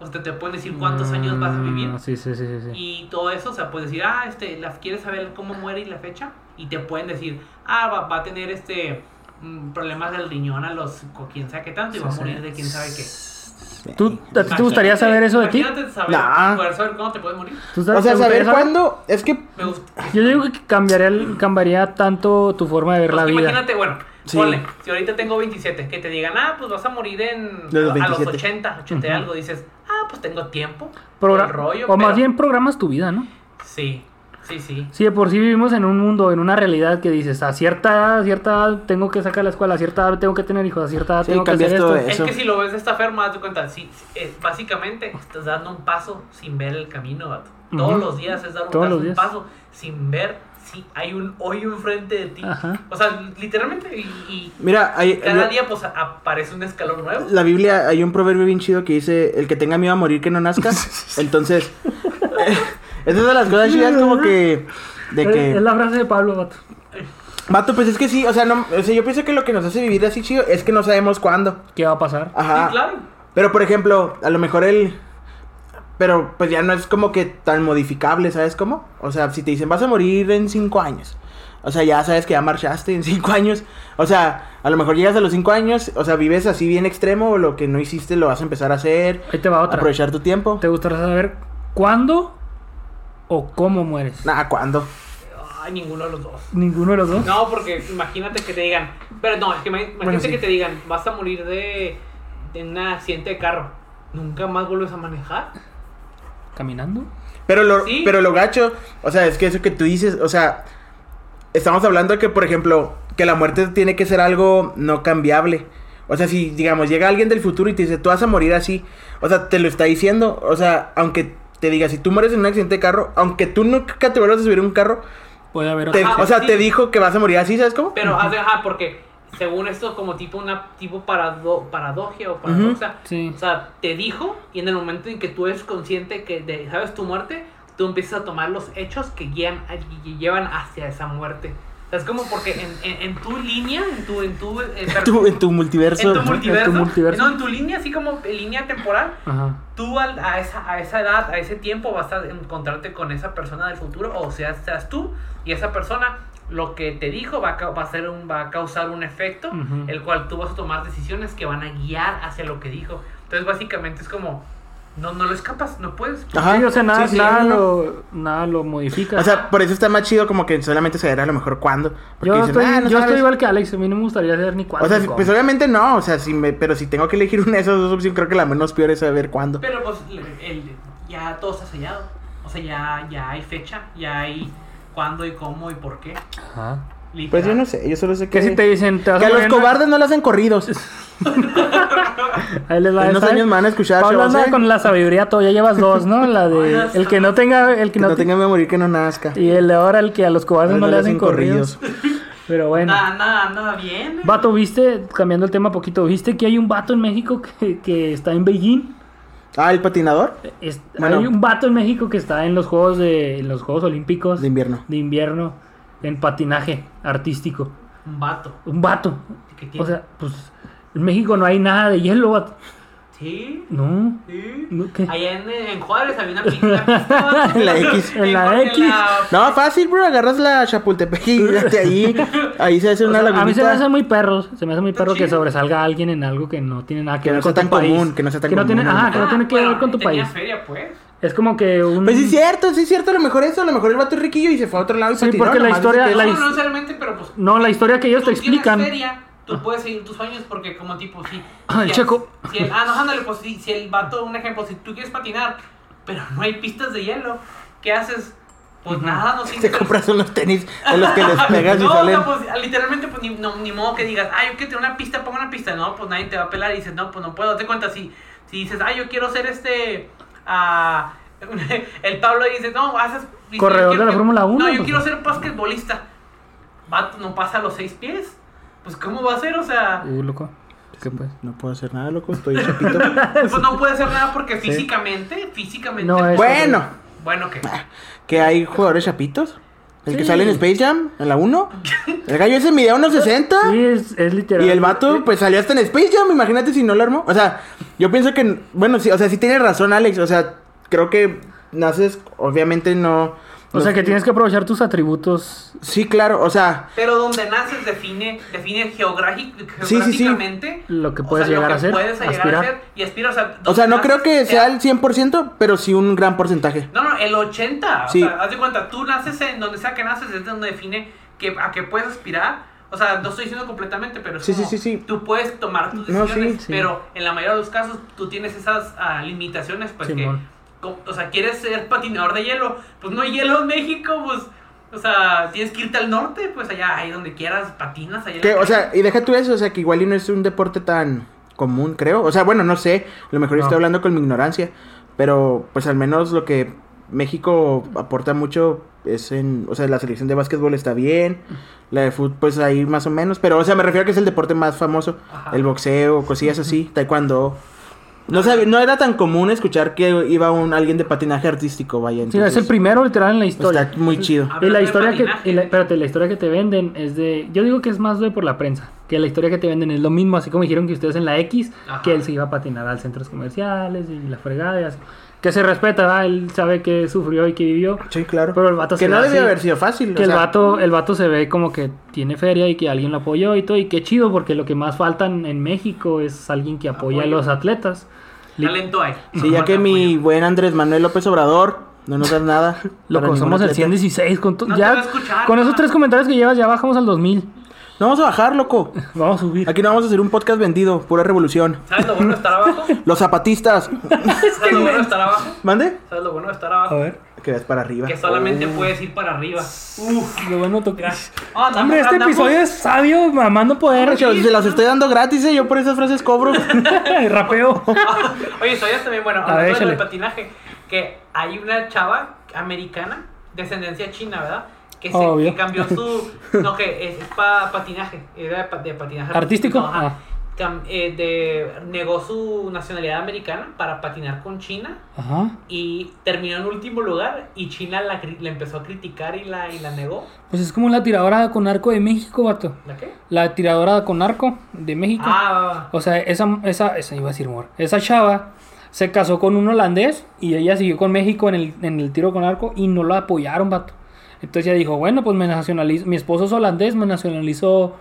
Speaker 3: O sea, te pueden decir cuántos años vas a vivir.
Speaker 2: Mm, Sí, sí, sí, sí, sí.
Speaker 3: Y todo eso, o sea, puedes decir, ah, este, la- ¿quieres saber cómo muere y la fecha? Y te pueden decir, ah, va, va a tener este mm, problemas del riñón a los, con quién sabe qué tanto y
Speaker 2: Sí,
Speaker 3: va a
Speaker 2: sí.
Speaker 3: morir de quién sabe qué.
Speaker 2: ¿Tú, ¿A ti te
Speaker 3: Imagínate-
Speaker 2: gustaría saber eso de ti?
Speaker 3: imagínate saber,
Speaker 4: Nah.
Speaker 3: poder saber cuándo te puedes morir.
Speaker 2: ¿Tú sabes-
Speaker 4: O sea,
Speaker 2: te gustaría
Speaker 4: saber cuándo. Es que.
Speaker 3: Me gusta.
Speaker 2: Yo digo que cambiaría, el- cambiaría tanto tu forma de ver la
Speaker 3: Pues
Speaker 2: vida.
Speaker 3: Imagínate, bueno,
Speaker 4: Sí.
Speaker 3: ponle, si ahorita tengo 27, que te digan, ah, pues vas a morir en
Speaker 4: De los
Speaker 3: a los
Speaker 4: 27.
Speaker 3: 80, 80 y
Speaker 2: Ujú.
Speaker 3: algo, dices, ah, pues tengo tiempo,
Speaker 2: Progra-
Speaker 3: el rollo,
Speaker 2: o más
Speaker 3: pero-
Speaker 2: bien programas tu vida, ¿no?
Speaker 3: Sí, sí, sí.
Speaker 2: Si de por sí vivimos en un mundo, en una realidad que dices, a cierta edad, a cierta edad tengo que sacar la escuela, a cierta edad tengo que tener hijos, a cierta edad
Speaker 4: Sí,
Speaker 2: tengo que hacer
Speaker 4: cambias todo
Speaker 2: esto.
Speaker 4: eso.
Speaker 3: Es que si lo ves de esta forma, haz de cuenta, sí, eh, básicamente estás dando un paso sin ver el camino, vato. Todos
Speaker 2: Ujú.
Speaker 3: los días es dar un,
Speaker 2: Todos
Speaker 3: paso,
Speaker 2: los días.
Speaker 3: un paso sin ver si hay un hoyo enfrente de ti.
Speaker 2: Ajá. Eh,
Speaker 3: O sea, literalmente, y, y
Speaker 4: Mira, hay-
Speaker 3: cada
Speaker 4: la-
Speaker 3: día pues a- aparece un escalón nuevo.
Speaker 4: la Biblia hay un proverbio bien chido que dice: El que tenga miedo a morir que no nazca. (laughs) Entonces. eh, esa es de las cosas chidas como que. De
Speaker 2: Es-
Speaker 4: que.
Speaker 2: Es la frase de Pablo, vato.
Speaker 4: Vato, pues es que sí. O sea, no, o sea, yo pienso que lo que nos hace vivir así chido es que no sabemos cuándo.
Speaker 2: ¿Qué va a pasar?
Speaker 4: Ajá.
Speaker 3: Sí, claro.
Speaker 4: Pero por ejemplo, a lo mejor él. Pero pues ya no es como que tan modificable, ¿sabes cómo? O sea, si te dicen vas a morir en cinco años. O sea, ya sabes que ya marchaste en (laughs) cinco años. O sea, a lo mejor llegas a los cinco años, o sea, vives así bien extremo, lo que no hiciste lo vas a empezar a hacer,
Speaker 2: Ahí te va otra.
Speaker 4: aprovechar tu tiempo.
Speaker 2: ¿Te gustaría saber cuándo o cómo mueres?
Speaker 4: Nah, ¿cuándo?
Speaker 3: Ay, ninguno de los dos.
Speaker 2: ¿Ninguno de los dos?
Speaker 3: No, porque imagínate que te digan, pero no, es que ima- imagínate
Speaker 2: Bueno, sí.
Speaker 3: que te digan, vas a morir de, de un accidente de carro. Nunca más vuelves a manejar.
Speaker 2: ¿Caminando?
Speaker 4: Pero lo,
Speaker 3: Sí.
Speaker 4: pero lo gacho, o sea, es que eso que tú dices, o sea, estamos hablando que, por ejemplo, que la muerte tiene que ser algo no cambiable. O sea, si, digamos, llega alguien del futuro y te dice, tú vas a morir así, o sea, te lo está diciendo, o sea, aunque te diga, si tú mueres en un accidente de carro, aunque tú nunca te vuelvas a subir a un carro,
Speaker 2: Puede haber
Speaker 4: te-
Speaker 2: otra.
Speaker 3: Ajá,
Speaker 4: o sea,
Speaker 3: sí.
Speaker 4: te dijo que vas a morir así, ¿sabes cómo?
Speaker 3: Pero, haz de- ajá, porque según esto, como tipo una tipo parado, paradoja o paradoxa.
Speaker 2: Sí.
Speaker 3: O sea, te dijo y en el momento en que tú eres consciente que de- sabes tu muerte, tú empiezas a tomar los hechos que guían a- que llevan hacia esa muerte. O sea, es como porque en, en- en tu línea, en tu... (laughs) En tu, eh, per-
Speaker 4: Tú, en tu multiverso.
Speaker 3: en tu multiverso,
Speaker 2: en tu multiverso.
Speaker 3: No, en tu línea, así como línea temporal,
Speaker 2: Ajá.
Speaker 3: tú al- a, esa, a esa edad, a ese tiempo, vas a encontrarte con esa persona del futuro, o sea, seas tú, y esa persona, lo que te dijo va a, ca- va a, ser un, va a causar un efecto,
Speaker 2: Ujú.
Speaker 3: el cual tú vas a tomar decisiones que van a guiar hacia lo que dijo. Entonces, básicamente es como, no, no lo escapas, no puedes.
Speaker 4: Ajá.
Speaker 2: Sí, o sea, nada,
Speaker 4: Sí, sí,
Speaker 2: nada,
Speaker 4: no, no.
Speaker 2: lo, nada lo modifica.
Speaker 4: O sea, por eso está más chido como que solamente se verá a lo mejor cuándo. Porque
Speaker 2: yo
Speaker 4: dicen,
Speaker 2: estoy,
Speaker 4: "Ah, no
Speaker 2: yo
Speaker 4: sabes".
Speaker 2: estoy igual que Alex, a mí no me gustaría hacer ni cuatro.
Speaker 4: O sea,
Speaker 2: ni
Speaker 4: si-
Speaker 2: cómo.
Speaker 4: pues obviamente no, o sea, si me, pero si tengo que elegir (laughs) una de esas dos opciones, creo que la menos peor es saber cuándo.
Speaker 3: Pero pues le- el- ya todo está sellado. O sea, ya, ya hay fecha, ya hay cuándo y cómo y por qué.
Speaker 2: Ajá.
Speaker 4: Pues yo no
Speaker 3: Literal.
Speaker 4: sé, yo solo sé que...
Speaker 2: Que si te dicen, te vas
Speaker 4: que a los
Speaker 2: morir en-
Speaker 4: cobardes no le
Speaker 2: (laughs)
Speaker 4: hacen corridos.
Speaker 2: Ahí les va
Speaker 4: En unos
Speaker 2: esta, ¿eh?
Speaker 4: años me van a escuchar,
Speaker 2: Pablo
Speaker 4: chavos,
Speaker 2: anda
Speaker 4: ¿eh?
Speaker 2: con la sabiduría todo, ya llevas dos, ¿no? La
Speaker 4: (laughs)
Speaker 2: de el que no tenga, el que
Speaker 4: Que
Speaker 2: no,
Speaker 4: no
Speaker 2: tenga
Speaker 4: tenga que morir que no nazca.
Speaker 2: y el de ahora el que a los cobardes
Speaker 4: Ahora
Speaker 2: no, le hacen corridos. Pero bueno.
Speaker 4: Ah.
Speaker 3: Nada, nada, nada bien. eh.
Speaker 2: Vato, ¿viste? Cambiando el tema poquito, ¿viste que hay un vato en México que, que está en Beijing?
Speaker 4: Ah, el patinador
Speaker 2: Es-
Speaker 4: Bueno.
Speaker 2: Hay un vato en México que está en los Juegos de en los Juegos Olímpicos
Speaker 4: de invierno.
Speaker 2: de invierno en patinaje artístico.
Speaker 3: Un vato.
Speaker 2: Un vato.
Speaker 3: que tiene-
Speaker 2: O sea, pues en México no hay nada de hielo, vato.
Speaker 3: sí,
Speaker 2: No.
Speaker 3: sí.
Speaker 2: no, ¿qué?
Speaker 3: Allá en, en Juárez había una pinta pista.
Speaker 4: En la X.
Speaker 2: En (laughs) la X.
Speaker 4: No, fácil, bro. Agarras la Chapultepec y
Speaker 2: (laughs)
Speaker 4: date ahí. Ahí se hace
Speaker 2: O
Speaker 4: una
Speaker 2: sea, a mí se me
Speaker 4: lagunita.
Speaker 2: hace muy perros, se me hace muy
Speaker 3: Está
Speaker 2: perro que
Speaker 3: chido.
Speaker 2: sobresalga alguien en algo que no tiene nada que,
Speaker 4: Que no
Speaker 2: ver con
Speaker 4: sea
Speaker 2: tu
Speaker 4: tan
Speaker 2: país.
Speaker 4: común, que no sea tan común,
Speaker 2: tiene,
Speaker 4: a lo
Speaker 2: ajá, que
Speaker 4: mejor.
Speaker 2: no tiene que ver con tu país.
Speaker 3: Ah, feria, pues.
Speaker 2: Es como que un
Speaker 4: Pues sí, es cierto, sí, es cierto. A lo mejor eso. A lo mejor el vato es riquillo y se fue a otro lado y
Speaker 2: Sí,
Speaker 4: patinó,
Speaker 2: porque la
Speaker 4: nomás
Speaker 2: historia-
Speaker 4: dice que-
Speaker 2: la-
Speaker 3: no, no necesariamente, pero pues.
Speaker 2: No, la historia que ellos te
Speaker 3: tú tienes
Speaker 2: explican.
Speaker 3: feria, tú puedes seguir tus sueños porque, como tipo, sí.
Speaker 2: Ah, el
Speaker 3: si-
Speaker 2: Checo.
Speaker 3: si el- ah, no, ándale, pues si, si el vato, un ejemplo, si tú quieres patinar, pero no hay pistas de hielo, ¿qué haces? Pues nada, no
Speaker 4: Te
Speaker 3: sientes.
Speaker 4: compras unos tenis a los
Speaker 2: (laughs)
Speaker 4: que les pegas y
Speaker 3: Ah, no,
Speaker 4: salen.
Speaker 3: no, pues literalmente, pues ni, no, ni modo que digas, ay, yo quiero tener una pista, pongo una pista. No, pues nadie te va a pelar y dices, no, pues no puedo. Te cuenta, si, si dices, ay, yo quiero ser este. ah, (laughs) el Pablo dice, no, haces. dice,
Speaker 2: Corredor
Speaker 3: yo
Speaker 2: de la
Speaker 3: que-
Speaker 2: Fórmula Uno,
Speaker 3: No, yo
Speaker 2: pues,
Speaker 3: quiero
Speaker 2: no.
Speaker 3: ser basquetbolista. Vato, no pasa los seis pies. Pues, ¿cómo va a ser? O
Speaker 2: (laughs)
Speaker 3: sea,
Speaker 2: Uh, loco. ¿Qué pues?
Speaker 4: No puedo hacer nada, loco. Estoy
Speaker 2: (laughs)
Speaker 4: chapito.
Speaker 3: pues no puede hacer nada porque físicamente, físicamente.
Speaker 2: No es-
Speaker 4: bueno,
Speaker 3: Bueno, que.
Speaker 4: que hay jugadores chapitos. El que
Speaker 2: Sí.
Speaker 4: sale en Space Jam, en la 1. El gallo ese midía unos 60.
Speaker 2: Sí, es, es literal.
Speaker 4: ¿Ah? Y el vato, pues salió hasta en Space Jam, imagínate si no lo armó. O sea, yo pienso que, bueno, sí, o sea, sí tiene razón Alex, o sea, creo que naces, obviamente no...
Speaker 2: O sea, que tienes que aprovechar tus atributos.
Speaker 4: Sí, claro, o sea,
Speaker 3: Pero donde naces define, define geográfic-
Speaker 4: Sí, sí, sí.
Speaker 3: geográficamente
Speaker 2: Lo que puedes llegar a ser,
Speaker 3: puedes llegar
Speaker 2: aspirar.
Speaker 3: a ser y aspiras a-
Speaker 4: o sea, no
Speaker 2: Ah,
Speaker 3: naces,
Speaker 4: creo que
Speaker 3: te-
Speaker 4: sea el 100%, pero sí un gran porcentaje.
Speaker 3: No, no, el 80.
Speaker 4: Sí.
Speaker 3: O sea, haz de cuenta, tú naces en donde sea que naces, es donde define que, a qué puedes aspirar. O sea, no estoy diciendo completamente, pero es
Speaker 4: Sí, sí,
Speaker 3: como,
Speaker 4: sí, sí.
Speaker 3: tú puedes tomar tus
Speaker 4: No,
Speaker 3: decisiones,
Speaker 4: sí,
Speaker 2: sí.
Speaker 3: pero en la mayoría de los casos tú tienes esas ah, limitaciones, pues que,
Speaker 2: Simón.
Speaker 3: co- o sea, quieres ser patinador de hielo, pues no hay hielo en México, pues, o sea, tienes que irte al norte, pues allá, ahí donde quieras, patinas, allá. en la
Speaker 4: Que, o
Speaker 3: calle.
Speaker 4: sea, y deja tú eso, o sea, que igual y no es un deporte tan común, creo. O sea, bueno, no sé, a lo mejor yo
Speaker 2: No.
Speaker 4: estoy hablando con mi ignorancia, pero pues al menos lo que México aporta mucho es en, o sea, la selección de básquetbol está bien, la de fútbol pues ahí más o menos, pero o sea, me refiero a que es el deporte más famoso,
Speaker 3: Ajá.
Speaker 4: el boxeo, cosillas así, taekwondo. No sabe, no era tan común escuchar que iba un alguien de patinaje artístico, vaya.
Speaker 2: Sí, es el
Speaker 4: entonces,
Speaker 2: primero literal en la historia.
Speaker 4: Está muy chido.
Speaker 2: Y
Speaker 3: Hablando
Speaker 2: la
Speaker 3: de
Speaker 2: historia que
Speaker 3: patinaje.
Speaker 2: y la- espérate, la historia que te venden es de yo digo que es más de por la prensa, que la historia que te venden es lo mismo, así como dijeron que ustedes en la X,
Speaker 3: Ajá.
Speaker 2: que él se iba a patinar a centros comerciales y la fregada y así. Que se respeta, ¿verdad? él sabe que sufrió y que vivió.
Speaker 4: Sí, claro.
Speaker 2: Pero el vato
Speaker 4: que
Speaker 2: se
Speaker 4: no
Speaker 2: va
Speaker 4: debía
Speaker 2: así.
Speaker 4: haber sido fácil.
Speaker 2: Que
Speaker 4: o
Speaker 2: el
Speaker 4: sea,
Speaker 2: vato, el vato se ve como que tiene feria y que alguien lo apoyó y todo, y qué chido, porque lo que más faltan en México es alguien que apoya a
Speaker 3: Apoyo.
Speaker 2: los atletas. Li-
Speaker 3: Talento hay.
Speaker 4: Sí, ya que mi buen Andrés Manuel López Obrador no nos da nada. para
Speaker 2: (laughs) Loco,
Speaker 4: ningún
Speaker 2: somos el
Speaker 4: atleta.
Speaker 2: 116. Con, to-
Speaker 3: No te
Speaker 2: ya,
Speaker 3: va a escuchar,
Speaker 2: con esos
Speaker 3: nada.
Speaker 2: tres comentarios que llevas, ya bajamos al 2000.
Speaker 4: No vamos a bajar,
Speaker 2: (laughs)
Speaker 4: loco.
Speaker 2: Vamos a subir.
Speaker 4: Aquí no vamos a hacer un podcast vendido, pura revolución.
Speaker 3: ¿Sabes lo bueno de estar
Speaker 4: (laughs)
Speaker 3: abajo?
Speaker 2: (laughs)
Speaker 4: Los zapatistas.
Speaker 3: ¿Sabes lo bueno de estar abajo?
Speaker 4: ¿Mande?
Speaker 3: ¿Sabes lo bueno de estar abajo?
Speaker 2: ver.
Speaker 4: Que veas para arriba.
Speaker 3: Que solamente
Speaker 4: Oh.
Speaker 3: puedes ir para arriba.
Speaker 2: Uf, lo bueno tocar.
Speaker 3: Ah, andamos-
Speaker 2: Hombre, este
Speaker 3: andamos-
Speaker 2: episodio es sabio, mamando poder. (laughs)
Speaker 4: Yo Oh, Se las estoy dando gratis, eh, yo por esas frases cobro.
Speaker 2: Ah, Rapeo.
Speaker 3: Oye, sabías también, bueno,
Speaker 2: A ver,
Speaker 3: hablando
Speaker 2: échale.
Speaker 3: del patinaje, que hay una chava americana, descendencia china, ¿verdad? que, se,
Speaker 2: Obvio.
Speaker 3: que cambió
Speaker 2: (laughs)
Speaker 3: su... No, que es, para patinaje, era pa- de patinaje.
Speaker 2: ¿Artístico?
Speaker 3: No, ajá.
Speaker 2: Ah.
Speaker 3: Cam- eh, de, negó su nacionalidad americana para patinar con China
Speaker 2: Ajá.
Speaker 3: y terminó en último lugar y China la, cri- la empezó a criticar y la, y la negó.
Speaker 2: Pues es como la tiradora con arco de México, vato.
Speaker 3: ¿La qué?
Speaker 2: La tiradora con arco de México.
Speaker 3: Ah, va, va.
Speaker 2: O sea, esa, esa, esa iba a decir amor. Esa chava se casó con un holandés y ella siguió con México en el, en el tiro con arco y no la apoyaron, vato. Entonces ella dijo, bueno, pues me nacionalizo, mi esposo es holandés, me nacionalizó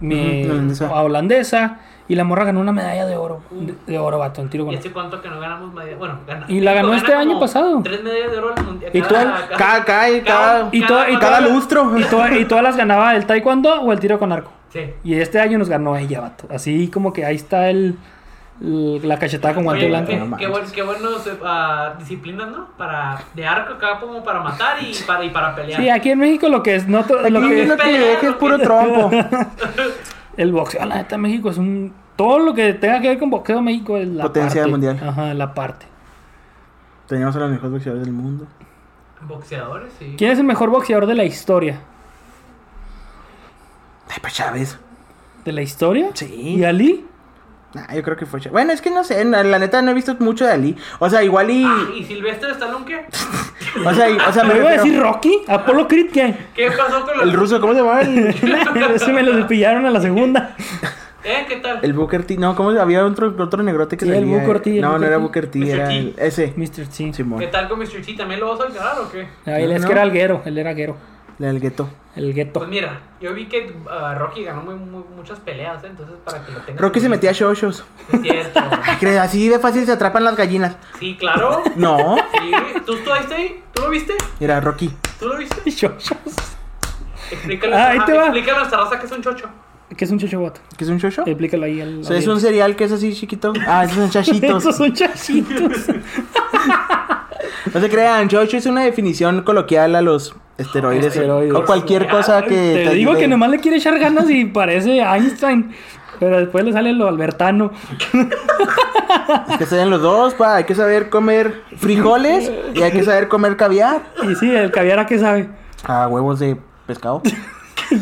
Speaker 2: mi
Speaker 4: Ujú, holandesa.
Speaker 2: a holandesa y la morra ganó una medalla de oro, de, de oro, vato, en tiro con
Speaker 3: ¿Y
Speaker 2: arco.
Speaker 3: hace cuánto que no ganamos medalla? Bueno, gana-
Speaker 2: Y la ganó
Speaker 3: gana
Speaker 2: este año
Speaker 3: como
Speaker 2: pasado.
Speaker 3: Tres medallas de oro al mundial.
Speaker 2: Y tú al-
Speaker 4: (laughs) Cada, cada, cada,
Speaker 2: Y, toda- y
Speaker 4: este cada
Speaker 2: toda-
Speaker 4: lustro.
Speaker 2: (laughs) Y, toda- y todas las ganaba el taekwondo o el tiro con arco.
Speaker 3: Sí.
Speaker 2: Y este año nos ganó ella, vato. Así como que ahí está el, el- la cachetada con guante
Speaker 3: Oye, eh,
Speaker 2: blanco.
Speaker 3: qué,
Speaker 4: No
Speaker 3: qué,
Speaker 4: manches.
Speaker 3: buen- qué buenos eh, ah, disciplinas, ¿no? Para, de arco acá como para matar y para, y para pelear.
Speaker 2: Sí, aquí en México lo que es, no to- lo
Speaker 4: Aquí
Speaker 2: que
Speaker 4: es lo que es, que es puro trompo.
Speaker 2: el boxeo, Ah, la neta, México es un todo lo que tenga que ver con boxeo México es la
Speaker 4: Potencia
Speaker 2: parte.
Speaker 4: mundial.
Speaker 2: Ajá, la parte.
Speaker 4: (laughs) Teníamos a los mejores boxeadores del mundo.
Speaker 3: Boxeadores, sí.
Speaker 2: ¿Quién es el mejor boxeador de la historia?
Speaker 4: Ay, pues Chávez.
Speaker 2: ¿De la historia?
Speaker 4: Sí.
Speaker 2: ¿Y Ali?
Speaker 4: Nah, yo creo que fue Chávez. Bueno, es que no sé, na- la neta no he visto mucho de Ali. O sea, igual y.
Speaker 3: Ah, ¿Y Silvestre Stallone qué?
Speaker 4: O sea, y- o sea,
Speaker 2: ¿Me (laughs)
Speaker 4: me
Speaker 2: voy a
Speaker 4: refiero- Ah.
Speaker 2: decir Rocky? ¿Apolo Creed qué?
Speaker 3: ¿Qué pasó con los...
Speaker 4: El ruso, ¿cómo se llama? El,
Speaker 2: (laughs) Ese me lo despillaron a la segunda.
Speaker 3: ¿Eh? ¿Qué tal?
Speaker 4: el Booker T. No, ¿cómo se- había otro, otro negrote que
Speaker 2: Sí, el
Speaker 4: salía,
Speaker 2: Booker
Speaker 4: eh.
Speaker 2: T, el
Speaker 4: No, no
Speaker 2: Booker
Speaker 4: era
Speaker 2: T.
Speaker 4: Booker T,
Speaker 3: Mr.
Speaker 4: era
Speaker 3: T.
Speaker 4: el- ese.
Speaker 2: Mr. T.
Speaker 4: Simón.
Speaker 3: ¿Qué tal con Mr. T? ¿También lo vas a ganar o qué?
Speaker 2: Ah, él-
Speaker 4: No,
Speaker 2: es
Speaker 4: no.
Speaker 2: que era alguero, él era alguero.
Speaker 4: La del gueto.
Speaker 2: El gueto. (laughs)
Speaker 3: Pues mira, yo vi que ah, Rocky ganó muy, muy- muchas peleas, ¿eh? entonces para que lo tengas...
Speaker 4: Rocky se metía a shoshos.
Speaker 3: Es cierto.
Speaker 4: Ay, crees, así de fácil se atrapan las gallinas.
Speaker 3: Sí, claro.
Speaker 4: No.
Speaker 3: Sí. ¿Tú estuviste ahí? ¿Tú lo viste?
Speaker 4: Era Rocky.
Speaker 3: ¿Tú lo viste?
Speaker 2: Chochos.
Speaker 3: Explícale,
Speaker 2: Ah, ahí
Speaker 3: ajá,
Speaker 2: te va.
Speaker 3: explícale a nuestra raza que es un chocho.
Speaker 2: ¿Qué es un chocho vato?
Speaker 4: ¿Qué es un shosho?
Speaker 2: Explícalo ahí al.
Speaker 4: O sea, es
Speaker 2: (laughs)
Speaker 4: un cereal que es así chiquito. Ah, esos son chachitos.
Speaker 2: eh, Esos son
Speaker 4: (laughs)
Speaker 2: chachitos.
Speaker 4: No se crean, chocho es una definición coloquial a los esteroides.
Speaker 2: Esteroides.
Speaker 4: O cualquier cosa que.
Speaker 2: Te, digo
Speaker 4: ayude.
Speaker 2: que nomás le quiere echar ganas y parece Einstein. Pero después le sale lo albertano.
Speaker 4: Es que sean los dos, pa. Hay que saber comer frijoles y hay que saber comer caviar.
Speaker 2: Y sí, el caviar a qué sabe. (laughs)
Speaker 4: Ah, huevos de pescado.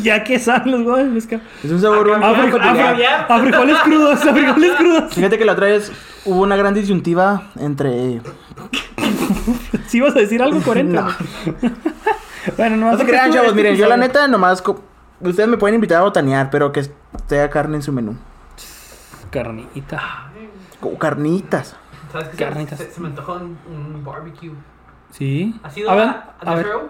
Speaker 2: ya que saben los huevos de pescado.
Speaker 4: Es un sabor
Speaker 3: Ah,
Speaker 2: A, fri- a
Speaker 4: muy
Speaker 2: fri-
Speaker 4: peculiar.
Speaker 3: caviar.
Speaker 2: a frijoles crudos, a frijoles crudos. (laughs)
Speaker 4: Fíjate que la otra vez hubo una gran disyuntiva entre.
Speaker 2: Si vas a decir algo coherente.
Speaker 4: No.
Speaker 2: güey. (laughs) bueno, nomás
Speaker 4: No se
Speaker 2: porque
Speaker 4: crean,
Speaker 2: tú
Speaker 4: chavos.
Speaker 2: eres
Speaker 4: Miren,
Speaker 2: tú
Speaker 4: yo la
Speaker 2: sabes.
Speaker 4: neta nomás. co- Ustedes me pueden invitar a botanear, pero que sea carne en su menú.
Speaker 2: Carnita.
Speaker 4: Co- Carnitas.
Speaker 3: ¿Sabes qué?
Speaker 2: Carnitas.
Speaker 3: Se, se, se me antojó un, un barbecue.
Speaker 2: Sí.
Speaker 3: ¿Has ido
Speaker 2: a
Speaker 3: a,
Speaker 2: ver,
Speaker 3: a,
Speaker 2: a ver.
Speaker 3: Death Row?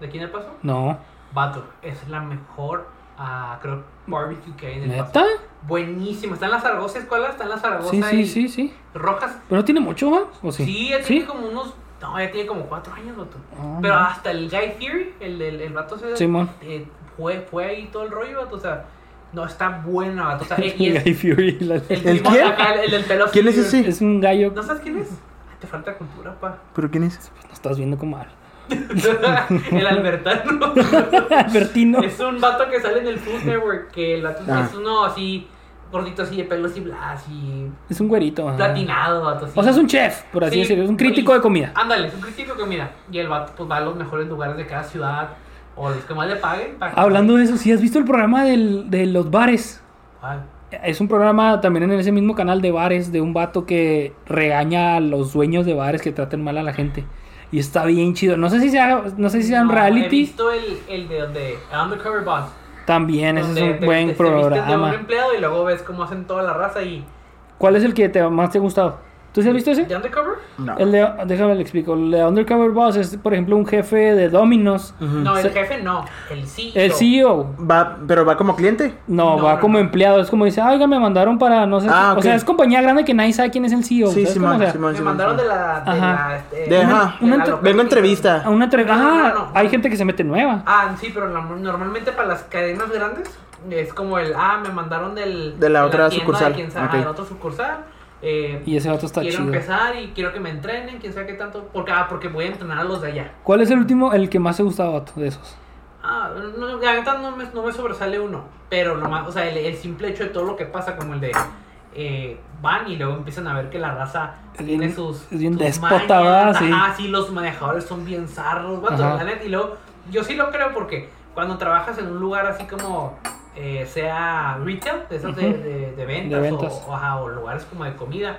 Speaker 3: ¿De aquí en El Paso?
Speaker 2: No.
Speaker 3: Vato, es la mejor, ah, creo, barbecue que hay en El
Speaker 2: ¿Neta?
Speaker 3: Paso. Buenísima. Está en la Zaragoza Escuela, está en la Zaragoza
Speaker 2: Sí, sí,
Speaker 3: y
Speaker 2: sí, sí.
Speaker 3: Rojas.
Speaker 2: Pero no tiene mucho, ¿va? ¿O sí?
Speaker 3: Sí, ya tiene como unos... No, ya tiene como cuatro años, vato.
Speaker 2: Ah,
Speaker 3: Pero
Speaker 2: no.
Speaker 3: hasta el Guy Theory, el, el, el vato se...
Speaker 2: Simón.
Speaker 3: eh, fue, fue ahí todo el rollo, vato. O sea, no está buena,
Speaker 2: (laughs)
Speaker 3: vato. O sea, eh, y es-
Speaker 2: Guy Fury, la-
Speaker 4: ¿El
Speaker 3: tipo
Speaker 4: quién?
Speaker 3: acá, el, el del pelo así,
Speaker 4: ¿Quién es
Speaker 3: el-
Speaker 4: ese?
Speaker 2: Es un gallo.
Speaker 3: ¿No sabes quién es? Ay, Te falta cultura, pa.
Speaker 4: ¿Pero quién es?
Speaker 2: No estás viendo como habla.
Speaker 3: (laughs) el Albertano.
Speaker 2: (laughs) Albertino.
Speaker 3: es un vato que sale en el Food Network. Que el vato
Speaker 4: Ah.
Speaker 3: es uno así, gordito así de pelo así, bla, así,
Speaker 2: Es un güerito. ajá.
Speaker 3: platinado, vato. Así.
Speaker 2: Ah. O sea, es un chef, por así
Speaker 3: Sí,
Speaker 2: decirlo. Es un crítico de comida.
Speaker 3: Ándale, es un crítico que mira. Y el vato pues va a los mejores lugares de cada ciudad o los que más le paguen. para que-
Speaker 2: Hablando de eso, si has visto el programa del- de los bares.
Speaker 3: ¿Cuál?
Speaker 2: Es un programa también en ese mismo canal de bares de un vato que regaña a los dueños de bares que traten mal a la gente. Y está bien chido. No sé si sea, no sé si sea un
Speaker 3: No, He
Speaker 2: reality.
Speaker 3: visto el, el de donde. Undercover Boss.
Speaker 2: También, ese
Speaker 3: donde
Speaker 2: es un
Speaker 3: te-
Speaker 2: buen
Speaker 3: te- te vistes de un
Speaker 2: programa.
Speaker 3: empleado y luego ves cómo hacen toda la raza y.
Speaker 2: ¿Cuál es el que te, más te ha gustado? ¿Tú sí has visto ese?
Speaker 3: ¿De Undercover?
Speaker 4: No.
Speaker 2: El de, déjame le explico. El de Undercover Boss es, por ejemplo, un jefe de Dominos.
Speaker 3: No,
Speaker 2: Se-
Speaker 3: el jefe no. El E CEO.
Speaker 2: El E CEO.
Speaker 4: Va, pero va como cliente.
Speaker 2: No,
Speaker 3: No,
Speaker 2: va
Speaker 3: no,
Speaker 2: como
Speaker 3: no.
Speaker 2: empleado. Es como dice, "Ah, oiga, me mandaron para no sé.
Speaker 4: Ah,
Speaker 2: qué". O
Speaker 4: ok.
Speaker 2: sea, es compañía grande que nadie sabe quién es el CEO.
Speaker 4: Sí,
Speaker 2: ¿sabes
Speaker 4: sí,
Speaker 2: cómo? O
Speaker 4: man,
Speaker 2: sea,
Speaker 4: sí, man,
Speaker 3: Me
Speaker 4: sí, man,
Speaker 3: mandaron
Speaker 4: sí,
Speaker 3: de
Speaker 4: man.
Speaker 3: la. De
Speaker 2: Ajá.
Speaker 3: la este,
Speaker 4: De- ajá.
Speaker 3: de la
Speaker 2: Una entre-
Speaker 3: local-
Speaker 4: Vengo a entrevista.
Speaker 2: A una entrevista.
Speaker 3: No, no,
Speaker 2: Ah,
Speaker 3: no, no.
Speaker 2: hay gente que se mete nueva.
Speaker 3: Ah, sí, pero la- normalmente para las cadenas grandes es como el. Ah, me mandaron del.
Speaker 4: De la otra
Speaker 3: tienda
Speaker 4: sucursal.
Speaker 3: De quien sabe,
Speaker 4: Ok.
Speaker 3: ah, de la otra sucursal. Eh,
Speaker 2: Y ese vato está
Speaker 3: quiero
Speaker 2: chido.
Speaker 3: empezar y quiero que me entrenen, quién sabe qué tanto. Porque, ah, porque voy a entrenar a los de allá.
Speaker 2: ¿Cuál es el último, el que más te gustaba vato, de esos?
Speaker 3: Ah, no, la neta no me, no me sobresale uno, pero nomás, o sea, el, el simple hecho de todo lo que pasa, como el de eh, van y luego empiezan a ver que la raza
Speaker 2: Es bien-
Speaker 3: tiene sus.
Speaker 2: es bien
Speaker 3: sus
Speaker 2: déspota, ¿verdad?
Speaker 3: mañas,
Speaker 2: Sí.
Speaker 3: Ajá, sí, los manejadores son bien zarros, vato,
Speaker 2: Ajá.
Speaker 3: la neta, y luego Yo sí lo creo porque cuando trabajas en un lugar así como eh, sea retail, de esas de,
Speaker 2: Ujú.
Speaker 3: de- de ventas,
Speaker 2: De ventas.
Speaker 3: O, o, ajá, o lugares como de comida,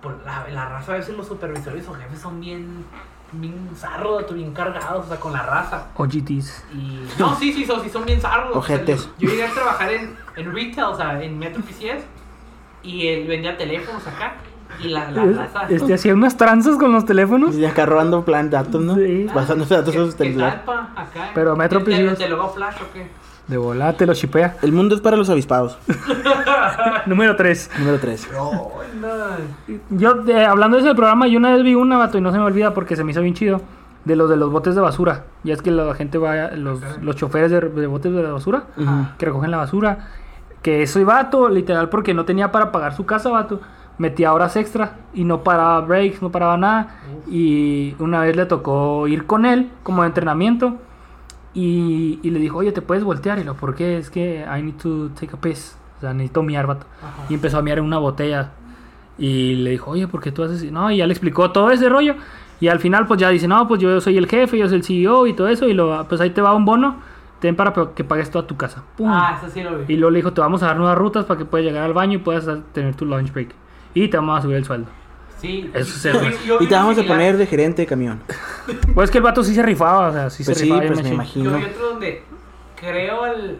Speaker 3: por la, la raza a veces los supervisores o jefes son bien, bien zarros, bien cargados, o sea, con la raza.
Speaker 2: OGTs.
Speaker 3: Y, no,
Speaker 2: (laughs)
Speaker 3: sí, sí, son, sí son bien zarros.
Speaker 4: Ojetes.
Speaker 3: O sea, yo, yo llegué a trabajar en, en retail, o sea, en Metro PCS, y él vendía teléfonos acá. Y la, la raza.
Speaker 2: Este, hacía unas tranzas con los teléfonos.
Speaker 4: Y acá robando plan datos, ¿no?
Speaker 2: Sí.
Speaker 4: Basándose datos en
Speaker 3: Ah, ¿Qué-
Speaker 4: su
Speaker 3: qué
Speaker 4: celular.
Speaker 3: talpa acá?
Speaker 2: Pero Metro
Speaker 3: ¿Te- te-
Speaker 2: PCS.
Speaker 3: ¿Te luego flash o qué?
Speaker 2: De volada te lo
Speaker 3: (laughs)
Speaker 2: chipea. (laughs)
Speaker 4: El mundo es para los avispados.
Speaker 2: Número 3.
Speaker 4: Número 3.
Speaker 3: No, no.
Speaker 2: Yo, de- hablando de ese programa, yo una vez vi una, vato, y no se me olvida porque se me hizo bien chido. De los de los botes de basura. Ya es que la gente va, los, los choferes de, de botes de basura, que recogen la basura. Que ese vato, literal, porque no tenía para pagar su casa, vato. Metía horas extra y no paraba breaks, no paraba nada. Y una vez le tocó ir con él como de entrenamiento. Y, y le dijo, oye, ¿te puedes voltear? Y lo, ¿por qué? Es que I need to take a piss. O sea, necesito miar, vato.
Speaker 3: Ajá.
Speaker 2: Y empezó a miar en una botella. Y le dijo, oye, ¿por qué tú haces...? eso?". No, y ya le explicó todo ese rollo. Y al final, pues ya dice, no, pues yo soy el jefe, yo soy el CEO y todo eso. Y lo, pues ahí te va un bono, ten para que pagues toda tu casa. ¡Pum!
Speaker 3: Ah, eso sí lo vi.
Speaker 2: Y luego le dijo, te vamos a dar nuevas rutas para que puedas llegar al baño y puedas tener tu lunch break. Y te vamos a subir el sueldo.
Speaker 3: Sí.
Speaker 2: Eso
Speaker 3: Yo
Speaker 2: es
Speaker 3: vi-
Speaker 2: eso.
Speaker 3: (laughs) yo vi
Speaker 4: Y te
Speaker 3: uno
Speaker 4: vamos a
Speaker 3: similar.
Speaker 4: poner de gerente de camión.
Speaker 2: Pues es que el vato sí se rifaba, o sea, sí
Speaker 4: Pues
Speaker 2: se
Speaker 4: sí,
Speaker 2: rifaba. bien
Speaker 4: pues me
Speaker 2: machín.
Speaker 4: imagino.
Speaker 3: Yo vi otro donde creo el.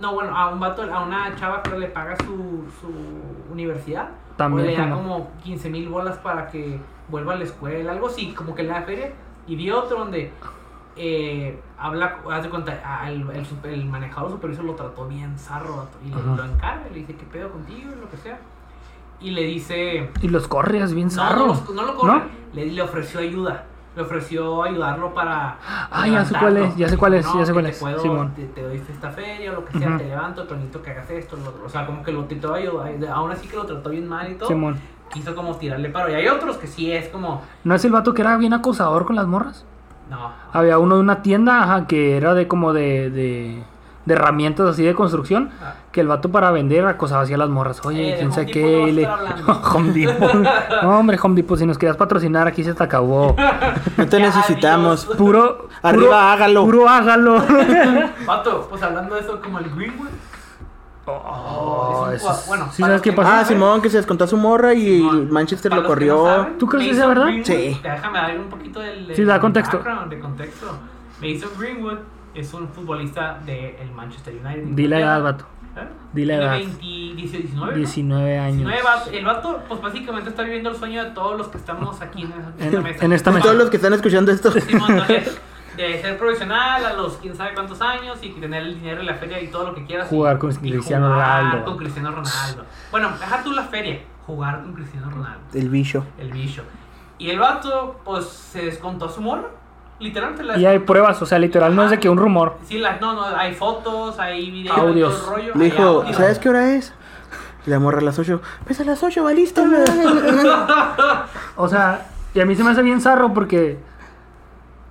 Speaker 3: No, bueno, a un vato, a una chava creo le paga su, su universidad.
Speaker 2: También
Speaker 3: O le da
Speaker 2: como-
Speaker 3: como 15 mil bolas para que vuelva a la escuela, algo así, como que le da feria. Y vi otro donde. eh, habla, haz de cuenta, a- al- el, super- el manejador supervisor lo trató bien zarro vato, y le,
Speaker 2: Ajá.
Speaker 3: lo encarga, le dice, ¿qué pedo contigo? y Lo que sea. Y le dice,
Speaker 2: Y los corres bien zarro.
Speaker 3: No, pues, no, lo- no lo corre. Le, le ofreció ayuda. Le ofreció ayudarlo para.
Speaker 2: Ah, ya sé
Speaker 3: levantarlo.
Speaker 2: cuál es, ya sé cuál es,
Speaker 3: Dijo,
Speaker 2: ya sé
Speaker 3: que
Speaker 2: cuál
Speaker 3: te
Speaker 2: es,
Speaker 3: puedo-
Speaker 2: Simón.
Speaker 3: te, te doy esta feria, lo que sea,
Speaker 2: Ujú.
Speaker 3: te levanto, pero necesito que hagas esto, lo otro. O sea, como que lo trató de ayudar. Aún así que lo trató bien mal y todo.
Speaker 2: Simón.
Speaker 3: Quiso como tirarle paro. Y hay otros que sí es como.
Speaker 2: ¿No es el vato que era bien acosador con las morras?
Speaker 3: No.
Speaker 2: Había uno de una tienda ajá, que era de como de, de, de herramientas así de construcción.
Speaker 3: Ah.
Speaker 2: Que el vato para vender acosaba así a las morras. Oye,
Speaker 3: Eh, de
Speaker 2: quién
Speaker 3: Home
Speaker 2: sabe
Speaker 3: Depot no
Speaker 2: qué. Le...
Speaker 3: vas a estar hablando.
Speaker 2: (laughs) Home Depot.
Speaker 3: (laughs)
Speaker 2: No, hombre, Home Depot, si nos querías patrocinar, aquí se te acabó.
Speaker 4: No te
Speaker 3: Ya,
Speaker 4: necesitamos.
Speaker 3: adiós.
Speaker 2: Puro.
Speaker 4: Arriba,
Speaker 2: puro-
Speaker 4: hágalo.
Speaker 2: Puro hágalo.
Speaker 3: Pato, pues hablando de eso, como el Greenwood.
Speaker 2: Oh,
Speaker 3: es un
Speaker 2: eso es-
Speaker 3: jugador- bueno,
Speaker 2: ¿Sí
Speaker 3: para
Speaker 2: sabes
Speaker 3: los
Speaker 2: qué
Speaker 3: que-
Speaker 2: pasa?
Speaker 4: Ah, Simón, que se descontó a su morra y el Manchester
Speaker 3: Para
Speaker 4: lo
Speaker 3: los que no
Speaker 4: corrió.
Speaker 3: saben,
Speaker 2: ¿Tú crees que
Speaker 3: Mason
Speaker 2: sea verdad?
Speaker 3: Greenwood-
Speaker 4: Sí.
Speaker 3: Déjame dar un poquito del.
Speaker 2: Sí,
Speaker 3: del
Speaker 2: da contexto.
Speaker 3: background, De contexto. Mason Greenwood es un futbolista del Manchester United.
Speaker 2: Di la edad, vato.
Speaker 3: ¿Eh?
Speaker 2: Di la
Speaker 3: Tiene
Speaker 2: edad.
Speaker 3: 20, 19. ¿no?
Speaker 2: 19 años.
Speaker 3: 19 vato- El vato, pues básicamente está viviendo el sueño de todos los que estamos aquí en,
Speaker 2: En- en esta
Speaker 4: Y
Speaker 2: mesa.
Speaker 4: todos los que están escuchando esto.
Speaker 3: Simón, entonces, de ser profesional a los quién sabe cuántos años y tener el dinero de la feria y todo lo que quieras. y-
Speaker 2: Jugar con
Speaker 3: y
Speaker 2: Cristiano
Speaker 3: jugar
Speaker 2: Ronaldo.
Speaker 3: con Cristiano Ronaldo. Bueno, deja tú la feria, jugar con Cristiano Ronaldo.
Speaker 4: (laughs) El bicho.
Speaker 3: El bicho. Y el vato, pues, se descontó a su morra. Literalmente la
Speaker 2: Y hay pruebas, o sea, literal, no es de que un rumor.
Speaker 3: Sí, las, no, no, hay fotos, hay videos,
Speaker 2: Audios.
Speaker 3: todo el rollo.
Speaker 4: Le
Speaker 3: hay
Speaker 4: dijo,
Speaker 3: audios.
Speaker 4: ¿sabes qué hora es? Y la morra a las 8. Pues a las 8, va listo.
Speaker 2: O sea, y a mí se me hace bien zarro porque.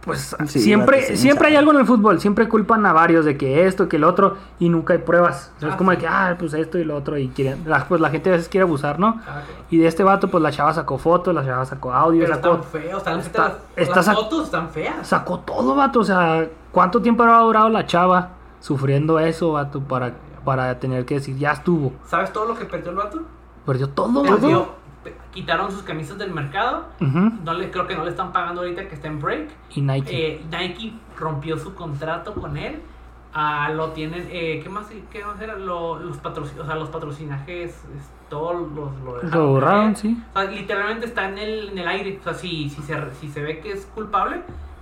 Speaker 2: Pues
Speaker 4: Sí, vato, sí,
Speaker 2: siempre, siempre hay
Speaker 4: zarro.
Speaker 2: algo en el fútbol, siempre culpan a varios de que esto, que el otro, y nunca hay pruebas. O sea, es
Speaker 3: Ah,
Speaker 2: como de
Speaker 3: sí.
Speaker 2: que, ah, pues esto y lo otro, y quieren, la- pues la gente a veces quiere abusar, ¿no?
Speaker 3: Ah, ok.
Speaker 2: Y de este vato, pues la chava sacó fotos, la chava sacó audio,
Speaker 3: Pero
Speaker 2: sacó,
Speaker 3: están feos, están
Speaker 2: Está-
Speaker 3: feas.
Speaker 2: está
Speaker 3: las
Speaker 2: sac-
Speaker 3: fotos están feas.
Speaker 2: sacó todo, vato. O sea, ¿cuánto tiempo habrá durado la chava sufriendo eso, vato, para, para tener que decir, ya estuvo?
Speaker 3: ¿Sabes todo lo que perdió el vato?
Speaker 2: Perdió todo, vato.
Speaker 3: Perdió, pe- quitaron sus camisas del mercado.
Speaker 2: Ujú.
Speaker 3: No le, creo que no le están pagando ahorita que está en break.
Speaker 2: Y Nike.
Speaker 3: Eh, Nike rompió su contrato con él. Ah, lo tienen, eh, ¿qué más, qué más era? Lo- los, patrocin o sea, los patrocinajes, es- todo los, lo dejaron.
Speaker 2: borraron,
Speaker 3: Eh,
Speaker 2: sí.
Speaker 3: o sea, literalmente está en el, en el aire. O sea, si, si, se, re- si se ve que es culpable,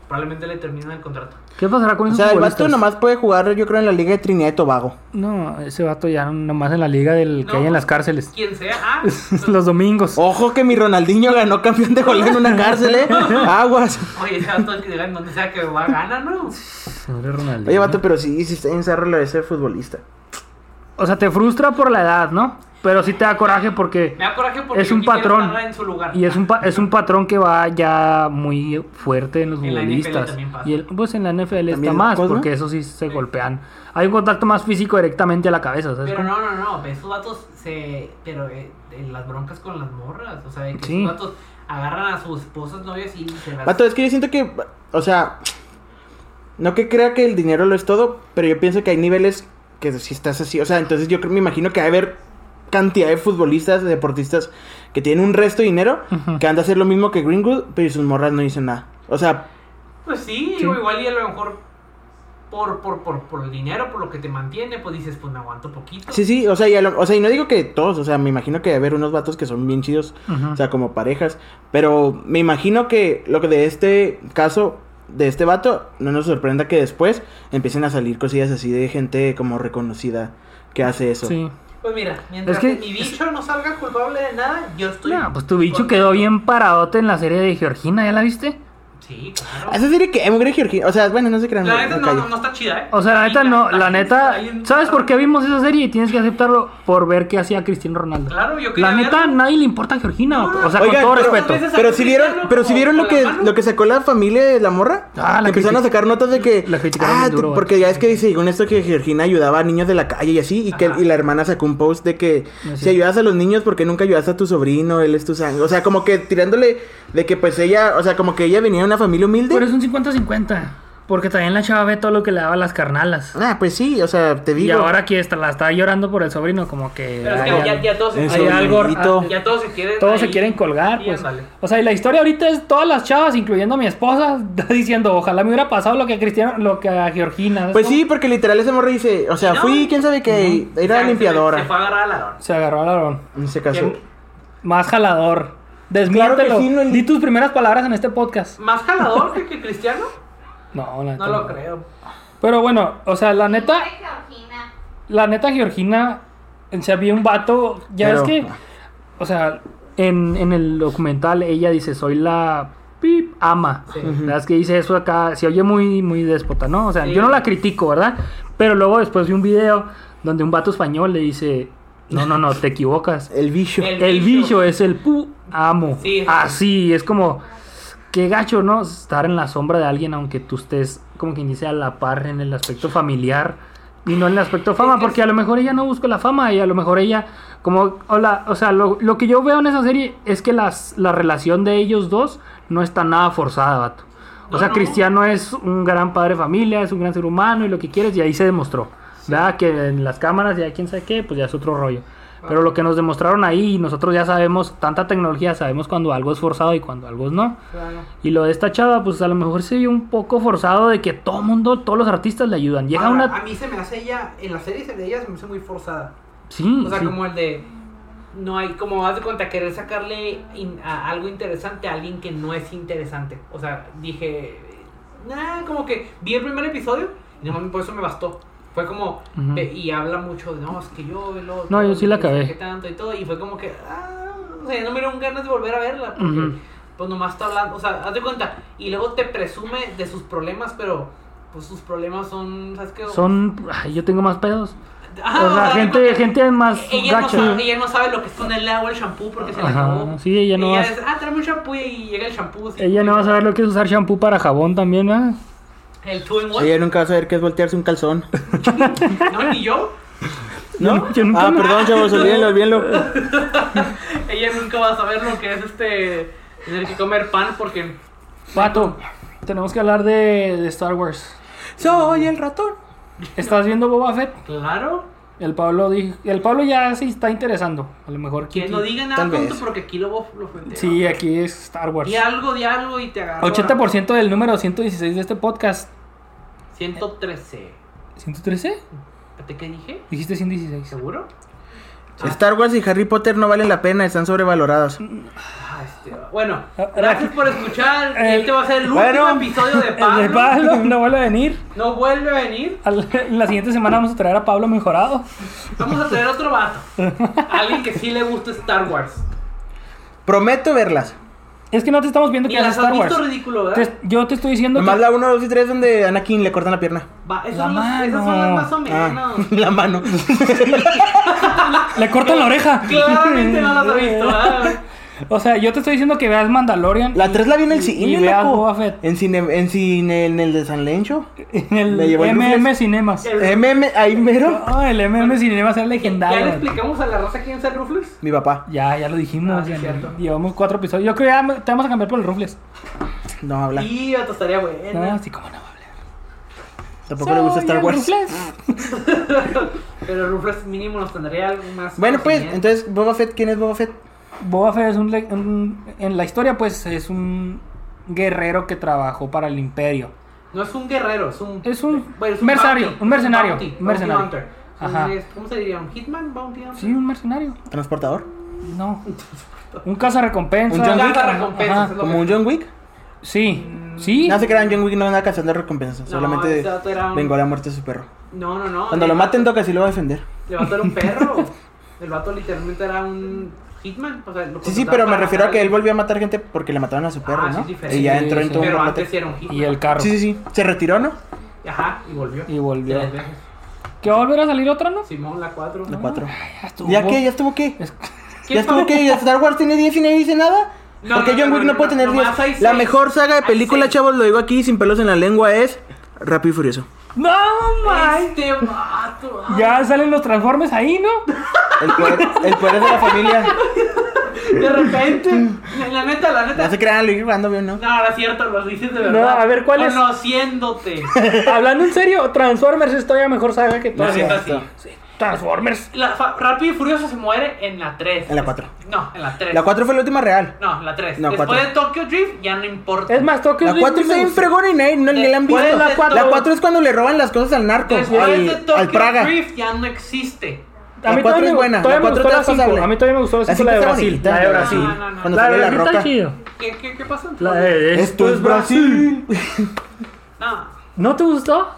Speaker 3: probablemente le terminan el contrato.
Speaker 2: ¿Qué pasará con
Speaker 4: O
Speaker 2: esos
Speaker 4: sea, el vato
Speaker 2: futbolistas?
Speaker 4: nomás puede jugar, yo creo, en la Liga de Trinidad y Tobago.
Speaker 2: No, ese vato ya nomás en la liga del que hay
Speaker 3: No,
Speaker 2: en
Speaker 3: pues,
Speaker 2: las cárceles. (laughs)
Speaker 3: Quien sea, ah,
Speaker 2: Los domingos.
Speaker 4: Ojo que mi Ronaldinho ganó campeón de goleo en una cárcel,
Speaker 3: (laughs)
Speaker 4: ¿eh? Aguas.
Speaker 3: oye, ese vato que digan donde sea que va,
Speaker 2: (laughs)
Speaker 3: gana, ¿no?
Speaker 2: Señor Ronaldinho.
Speaker 4: Oye, vato, pero sí, sí está en Zarra lo de ser futbolista.
Speaker 2: O sea, te frustra por la edad, ¿no? Pero sí te da coraje porque
Speaker 3: Me da coraje porque
Speaker 2: es
Speaker 3: yo
Speaker 2: un
Speaker 3: quisiera
Speaker 2: patrón.
Speaker 3: estar en su lugar.
Speaker 2: Y es un, pa- es un patrón que va ya muy fuerte en los
Speaker 3: En la NFL
Speaker 2: futbolistas.
Speaker 3: también pasa.
Speaker 2: Y el- pues en la NFL está
Speaker 4: También
Speaker 2: más,
Speaker 4: locos, ¿no?
Speaker 2: porque eso sí se golpean. Hay un contacto más físico directamente a la cabeza, ¿sabes?
Speaker 3: Pero
Speaker 2: cómo?
Speaker 3: no, no, no, esos vatos se. Pero eh, en las broncas con las morras, o sea, de que
Speaker 2: Sí.
Speaker 3: esos vatos agarran a sus esposas, novias y se las.
Speaker 4: Vato, es que yo siento que, o sea, No que crea que el dinero lo es todo, pero yo pienso que hay niveles que si estás así, o sea, entonces yo creo- me imagino que va a haber cantidad de futbolistas, de deportistas que tienen un resto de dinero
Speaker 2: Ujú.
Speaker 4: que han de hacer lo mismo que Greenwood, pero sus morras no dicen nada. O sea,
Speaker 3: Pues sí,
Speaker 2: Sí.
Speaker 3: o igual y a lo mejor por, por, por, por el dinero, por lo que te mantiene, pues dices, pues me aguanto poquito.
Speaker 4: sí, sí, o sea, y, a lo- o sea, y no digo que todos, o sea, me imagino que va a haber unos vatos que son bien chidos,
Speaker 2: Ujú.
Speaker 4: o sea, como parejas, pero me imagino que lo que de este caso de este vato no nos sorprenda que después empiecen a salir cosillas así de gente como reconocida que hace eso.
Speaker 2: Sí.
Speaker 3: Pues mira, mientras
Speaker 2: Es que-
Speaker 3: mi bicho no salga culpable de nada, yo estoy...
Speaker 2: No, pues tu bicho
Speaker 3: contento.
Speaker 2: quedó bien paradote en la serie de Georgina, ¿ya la viste?
Speaker 3: Sí,
Speaker 4: Ah,
Speaker 3: claro.
Speaker 4: Esa serie que Emugre Georgina. O sea, bueno, no se crean.
Speaker 3: La
Speaker 4: me-
Speaker 3: neta
Speaker 4: me
Speaker 3: no,
Speaker 4: callo.
Speaker 3: no, no está chida, ¿eh?
Speaker 2: O sea, la neta
Speaker 3: Ahí
Speaker 2: no, la
Speaker 3: gente
Speaker 2: neta,
Speaker 3: está bien-
Speaker 2: ¿sabes por qué vimos esa serie? Y tienes que aceptarlo por ver qué hacía Cristiano Ronaldo.
Speaker 3: Claro, yo quería
Speaker 2: La neta,
Speaker 3: verlo.
Speaker 2: nadie le importa a Georgina,
Speaker 3: No, no,
Speaker 2: o sea,
Speaker 4: Oigan,
Speaker 2: con todo
Speaker 4: pero-
Speaker 2: respeto.
Speaker 3: veces-
Speaker 4: Pero si vieron,
Speaker 3: Cristiano
Speaker 4: pero si
Speaker 3: con-
Speaker 4: vieron lo
Speaker 3: con la
Speaker 4: que,
Speaker 3: mano.
Speaker 4: lo que sacó la familia de la morra.
Speaker 2: Ah, la
Speaker 4: Que empezaron a
Speaker 2: critic-
Speaker 4: sacar notas de que.
Speaker 2: la criticaron
Speaker 4: ah,
Speaker 2: bien duro, eh.
Speaker 4: tú-
Speaker 2: güey.
Speaker 4: porque ya es que dice, con esto que Georgina ayudaba a niños de la calle y así. Y que
Speaker 3: Ajá.
Speaker 4: y la hermana sacó un post de que
Speaker 2: No, sí.
Speaker 4: si ayudas a los niños, porque nunca ayudaste a tu sobrino? Él es tu sangre. O sea, como que tirándole de que pues ella, o sea, como que ella venía de una familia humilde.
Speaker 2: Pero es un 50-50, porque también la chava ve todo lo que le daba a las carnalas.
Speaker 4: Ah, pues sí, o sea, te digo.
Speaker 2: Y ahora que está, la está llorando por el sobrino, como que...
Speaker 3: Pero es que
Speaker 2: ay, ah,
Speaker 3: ya, ya todos,
Speaker 4: Eso,
Speaker 3: hay algo,
Speaker 4: amiguito.
Speaker 3: ya todos se quieren...
Speaker 2: Todos se
Speaker 3: ahí.
Speaker 2: quieren colgar,
Speaker 3: Sí,
Speaker 2: pues.
Speaker 3: ándale.
Speaker 2: O sea, y la historia ahorita es todas las chavas, incluyendo mi esposa, (laughs) diciendo, ojalá me hubiera pasado lo que a Cristiano, lo que a Georgina. ¿sabes
Speaker 4: Pues
Speaker 2: cómo?
Speaker 4: sí, porque literal ese morra dice, o sea,
Speaker 3: No,
Speaker 4: fui,
Speaker 3: güey.
Speaker 4: quién sabe qué,
Speaker 3: O
Speaker 4: era
Speaker 3: sea, Se, se fue
Speaker 4: limpiadora.
Speaker 3: a agarrar al Aarón.
Speaker 2: Se agarró al varón.
Speaker 4: En ese caso.
Speaker 2: Más jalador. Desmiéntelo.
Speaker 4: Claro que sí, no, el-
Speaker 2: Di tus primeras palabras en este podcast.
Speaker 3: ¿Más jalador que, que Cristiano?
Speaker 2: No, la neta
Speaker 3: No lo creo.
Speaker 2: Pero bueno, o sea, la neta,
Speaker 5: Georgina.
Speaker 2: la neta Georgina, se había un vato, ya
Speaker 4: Pero-
Speaker 2: ves que, o sea, en, en el documental ella dice, soy la pip ama.
Speaker 3: Sí.
Speaker 2: La verdad es que dice eso acá, se oye muy, muy déspota, ¿no? O sea,
Speaker 3: Sí.
Speaker 2: yo no la critico, ¿verdad? Pero luego después vi un video donde un vato español le dice, no, no, no, te equivocas.
Speaker 4: El bicho.
Speaker 3: El-
Speaker 2: El
Speaker 3: bicho.
Speaker 2: bicho es el pu amo.
Speaker 3: Sí, sí.
Speaker 2: Así, es como. Qué gacho, ¿no? Estar en la sombra de alguien, aunque tú estés, como quien dice, a la par en el aspecto familiar y no en el aspecto fama,
Speaker 3: Es que-
Speaker 2: porque a lo mejor ella no busca la fama y a lo mejor ella, como, hola, o sea, lo, lo que yo veo en esa serie es que las, la relación de ellos dos no está nada forzada, vato. O
Speaker 3: No,
Speaker 2: sea,
Speaker 3: no.
Speaker 2: Cristiano es un gran padre de familia, es un gran ser humano y lo que quieres, y ahí se demostró. ¿Verdad? Que en las cámaras y ahí quién sabe qué, pues ya es otro rollo. Pero lo que nos demostraron ahí, y nosotros ya sabemos, tanta tecnología, sabemos cuando algo es forzado y cuando algo es no.
Speaker 3: Claro.
Speaker 2: Y lo de esta chava, pues a lo mejor se vio un poco forzado de que todo mundo, todos los artistas le ayudan. Llega
Speaker 3: Ahora, ah,
Speaker 2: una...
Speaker 3: A mí se me hace ella, en la serie se- de ella se me hace muy forzada.
Speaker 2: Sí,
Speaker 3: O sea,
Speaker 2: sí.
Speaker 3: como el de. No hay, como haz de cuenta, querer sacarle in- a algo interesante a alguien que no es interesante. O sea, dije. Nah, como que vi el primer episodio y nomás por eso me bastó. Fue como.
Speaker 2: Ujú.
Speaker 3: ve- Y habla mucho de no, es que yo, el otro,
Speaker 2: No, yo sí la
Speaker 3: que sé
Speaker 2: acabé.
Speaker 3: qué tanto y todo. Y fue como que. Ah, o sea, no me dieron ganas de volver a verla. Porque,
Speaker 2: Ujú.
Speaker 3: pues nomás está hablando. O sea, haz de cuenta. Y luego te presume de sus problemas, pero. Pues sus problemas son. ¿Sabes qué?
Speaker 2: Son... ay, yo tengo más pedos.
Speaker 3: Ajá,
Speaker 2: o sea,
Speaker 3: haz de
Speaker 2: gente,
Speaker 3: cuenta-
Speaker 2: gente más
Speaker 3: Ah, ella no,
Speaker 2: gacha.
Speaker 3: sabe, ella no sabe lo que es ponerle agua al shampoo porque se le
Speaker 2: Ajá,
Speaker 3: acabó.
Speaker 2: sí, ella no va-
Speaker 3: es, ah, tráeme un shampoo y llega el shampoo. sí.
Speaker 2: Ella no va a saber lo que es usar shampoo para jabón también, ¿verdad?
Speaker 3: El two in
Speaker 4: Ella
Speaker 3: one.
Speaker 4: nunca va a saber qué es voltearse un calzón.
Speaker 3: No, ni yo.
Speaker 4: ¿No?
Speaker 2: Yo nunca
Speaker 4: ah,
Speaker 2: me-
Speaker 4: perdón,
Speaker 3: (laughs)
Speaker 4: chavos, olvídenlo, olvídenlo.
Speaker 3: Ella nunca va a saber lo que es este. Tener que comer pan porque.
Speaker 2: Pato, tenemos que hablar de, de Star Wars.
Speaker 4: Soy el ratón.
Speaker 2: ¿Estás viendo Boba Fett?
Speaker 3: Claro.
Speaker 2: El Pablo dijo, el Pablo ya se está interesando. A lo mejor
Speaker 3: Que
Speaker 2: Kiki-
Speaker 3: no diga nada
Speaker 4: Tal
Speaker 3: tonto
Speaker 4: vez.
Speaker 3: porque aquí lo voy- lo fuente.
Speaker 2: Sí, eh. aquí es Star Wars.
Speaker 3: Di algo, di algo y te agarro.
Speaker 2: 80% del número 116 de este podcast.
Speaker 3: 113.
Speaker 2: ¿113?
Speaker 3: ¿Espérate qué dije?
Speaker 2: Dijiste 116.
Speaker 3: ¿Seguro?
Speaker 4: Star Wars y Harry Potter no valen la pena, están sobrevaloradas.
Speaker 3: Ah, este, bueno,
Speaker 2: Ah,
Speaker 3: gracias por escuchar.
Speaker 2: el-
Speaker 3: Este va a ser el
Speaker 2: bueno,
Speaker 3: último episodio de
Speaker 2: (laughs)
Speaker 3: Pablo.
Speaker 2: El de Pablo no vuelve a venir.
Speaker 3: No vuelve a venir.
Speaker 2: Al- la siguiente semana vamos a traer a Pablo mejorado.
Speaker 3: Vamos a traer otro vato. Alguien que sí le gusta Star Wars.
Speaker 4: Prometo verlas.
Speaker 2: Es que no te estamos viendo
Speaker 3: Y
Speaker 2: que haces
Speaker 3: las has
Speaker 2: Star Wars.
Speaker 3: visto ridículo, ¿verdad?
Speaker 2: Te- yo te estoy diciendo
Speaker 4: Nomás
Speaker 2: que-
Speaker 4: la 1, 2 y 3 donde a Anakin le cortan la pierna.
Speaker 3: Va, esas,
Speaker 2: La
Speaker 3: son las, esas son
Speaker 2: mano.
Speaker 3: las más o
Speaker 4: Ah,
Speaker 3: menos.
Speaker 4: (laughs)
Speaker 3: (laughs)
Speaker 4: la mano.
Speaker 2: le cortan la oreja.
Speaker 3: Claramente no las
Speaker 2: (laughs)
Speaker 3: has visto,
Speaker 2: Eh,
Speaker 3: ¿verdad?
Speaker 2: O sea, yo te estoy diciendo que veas Mandalorian.
Speaker 4: La
Speaker 2: y-
Speaker 4: 3 la vi en
Speaker 2: y-
Speaker 4: el cine,
Speaker 2: y veas
Speaker 4: loco.
Speaker 2: Boba Fett.
Speaker 4: En cine, en cine, en el de San Lencho.
Speaker 2: En el
Speaker 4: Me llevó el
Speaker 2: MM
Speaker 4: rufles.
Speaker 2: Cinemas.
Speaker 3: El-
Speaker 4: MM, ahí mero.
Speaker 2: Ah, el MM Cinemas es
Speaker 3: ¿Ya le
Speaker 2: legendario.
Speaker 3: explicamos a la raza quién es el Rufles?
Speaker 4: Mi papá.
Speaker 2: Ya, ya lo dijimos.
Speaker 3: Ah,
Speaker 2: ya
Speaker 3: es cierto.
Speaker 2: llevamos cuatro episodios. Yo creo que ya me- te vamos a cambiar por el Rufles.
Speaker 4: No habla.
Speaker 3: Y hasta estaría buena.
Speaker 2: No, sí, cómo no va a hablar.
Speaker 4: Tampoco le gusta
Speaker 2: Soy
Speaker 4: Star
Speaker 2: el
Speaker 4: Wars. Ah.
Speaker 2: Rufles.
Speaker 3: Pero Rufles mínimo nos tendría algo más.
Speaker 4: Bueno, pues,
Speaker 3: conocimiento.
Speaker 4: entonces, Boba Fett, ¿quién es Boba Fett?
Speaker 2: Boba Fett es un, le- un- En la historia, pues, es un guerrero que trabajó para el Imperio.
Speaker 3: No es un guerrero, es un.
Speaker 2: Es un
Speaker 3: bueno,
Speaker 2: mercenario,
Speaker 3: bounty,
Speaker 2: un mercenario,
Speaker 3: bounty,
Speaker 2: un
Speaker 3: bounty
Speaker 2: mercenario.
Speaker 3: hunter. Es un-
Speaker 2: Ajá.
Speaker 3: es- ¿Cómo se diría? ¿Un hitman? ¿Bounty hunter?
Speaker 2: Sí, un mercenario.
Speaker 4: ¿Transportador? (laughs)
Speaker 2: No. Un cazarrecompensa.
Speaker 4: Un John Wick.
Speaker 3: Cazarrecompensas,
Speaker 2: Ajá.
Speaker 3: es lo
Speaker 4: ¿Como un John Wick?
Speaker 2: Sí,
Speaker 4: Mm,
Speaker 2: sí.
Speaker 4: No se crean, John Wick no anda cazando recompensas.
Speaker 3: No,
Speaker 4: solamente
Speaker 3: ese dato era un-
Speaker 4: vengó la muerte de su perro.
Speaker 3: No, no, no.
Speaker 4: Cuando
Speaker 3: el
Speaker 4: lo
Speaker 3: vato-
Speaker 4: maten, toca si lo va a defender.
Speaker 3: El vato era un perro. El vato literalmente era un hitman. O sea, lo
Speaker 4: Sí, sí,
Speaker 3: contrataron
Speaker 4: pero me
Speaker 3: para
Speaker 4: refiero a
Speaker 3: matar
Speaker 4: que él volvió a matar gente porque le mataron a su perro,
Speaker 3: Ah, sí,
Speaker 4: ¿no?
Speaker 3: diferente.
Speaker 4: y ya
Speaker 2: Sí,
Speaker 4: entró en
Speaker 2: sí.
Speaker 4: todo un
Speaker 3: Pero
Speaker 4: remate.
Speaker 3: antes sí era un hitman.
Speaker 2: Y el carro.
Speaker 4: Sí, sí, sí. Se retiró, ¿no?
Speaker 3: Ajá, y volvió.
Speaker 2: Y volvió.
Speaker 3: Tres veces.
Speaker 2: ¿Que va a volver a salir otra, no?
Speaker 3: Simón, la 4.
Speaker 4: La cuatro.
Speaker 2: Ya estuvo.
Speaker 4: ¿Ya qué? ¿Ya estuvo qué?
Speaker 2: Es-
Speaker 4: ¿Ya estuvo qué? ¿Ya Star Wars tiene 10 y nadie dice nada?
Speaker 3: No,
Speaker 4: porque
Speaker 3: no,
Speaker 4: John
Speaker 3: no,
Speaker 4: Wick
Speaker 3: no,
Speaker 4: no,
Speaker 3: no,
Speaker 4: puede tener
Speaker 3: nomás
Speaker 4: 10.
Speaker 3: hay
Speaker 4: La
Speaker 3: seis.
Speaker 4: mejor saga de
Speaker 3: Hay
Speaker 4: película,
Speaker 3: seis.
Speaker 4: chavos, lo digo aquí sin pelos en la lengua, es Rápido y Furioso.
Speaker 2: ¡No, my!
Speaker 3: Este vato.
Speaker 2: Ya salen los transformes ahí, ¿no?
Speaker 4: El poder, el poder de la familia.
Speaker 3: De repente. La neta, la neta.
Speaker 4: No se crean, lo iba bien, ¿no?
Speaker 3: No, no es cierto, lo dices de verdad.
Speaker 2: a ver, ¿cuál es?
Speaker 4: (laughs)
Speaker 3: Conociéndote.
Speaker 2: Hablando en serio, Transformers es todavía mejor saga que
Speaker 3: La
Speaker 2: todas.
Speaker 3: neta,
Speaker 4: cierto.
Speaker 3: sí.
Speaker 2: Sí, Transformers.
Speaker 3: La fa- Rápido y Furioso se muere en la 3.
Speaker 4: En la cuatro.
Speaker 3: No, en la 3.
Speaker 4: La 4 fue la última real.
Speaker 3: No, en la 3.
Speaker 4: No,
Speaker 3: Después
Speaker 4: cuatro.
Speaker 3: de Tokyo Drift ya no importa.
Speaker 2: Es más, Tokyo
Speaker 4: La
Speaker 2: Drift
Speaker 4: 4
Speaker 2: me
Speaker 4: está bien
Speaker 2: gusta.
Speaker 4: fregona y nadie- no, ni la han
Speaker 3: Después
Speaker 4: visto.
Speaker 2: de la cuatro-
Speaker 4: La 4 es cuando le roban las cosas al narco,
Speaker 3: Después de
Speaker 4: al,
Speaker 3: Tokyo
Speaker 4: al Praga.
Speaker 3: Drift ya no existe.
Speaker 2: A mí
Speaker 4: La cuatro
Speaker 2: todavía
Speaker 4: es
Speaker 2: me-
Speaker 4: buena,
Speaker 2: todavía
Speaker 4: la
Speaker 2: me
Speaker 4: cuatro
Speaker 2: gustó
Speaker 4: está
Speaker 2: la 5.
Speaker 4: pasable.
Speaker 2: A mí todavía me gustó la
Speaker 4: La
Speaker 2: 5, la de
Speaker 4: cinco está
Speaker 2: Brasil.
Speaker 4: bonita,
Speaker 2: La de
Speaker 4: la de
Speaker 2: Brasil.
Speaker 3: Brasil. No, no, no.
Speaker 2: La
Speaker 4: Cuando
Speaker 2: de
Speaker 4: sale la
Speaker 2: Brasil está
Speaker 4: roca.
Speaker 2: chido.
Speaker 3: ¿Qué, qué, qué pasa?
Speaker 2: La de
Speaker 3: No.
Speaker 2: ¿No te gustó?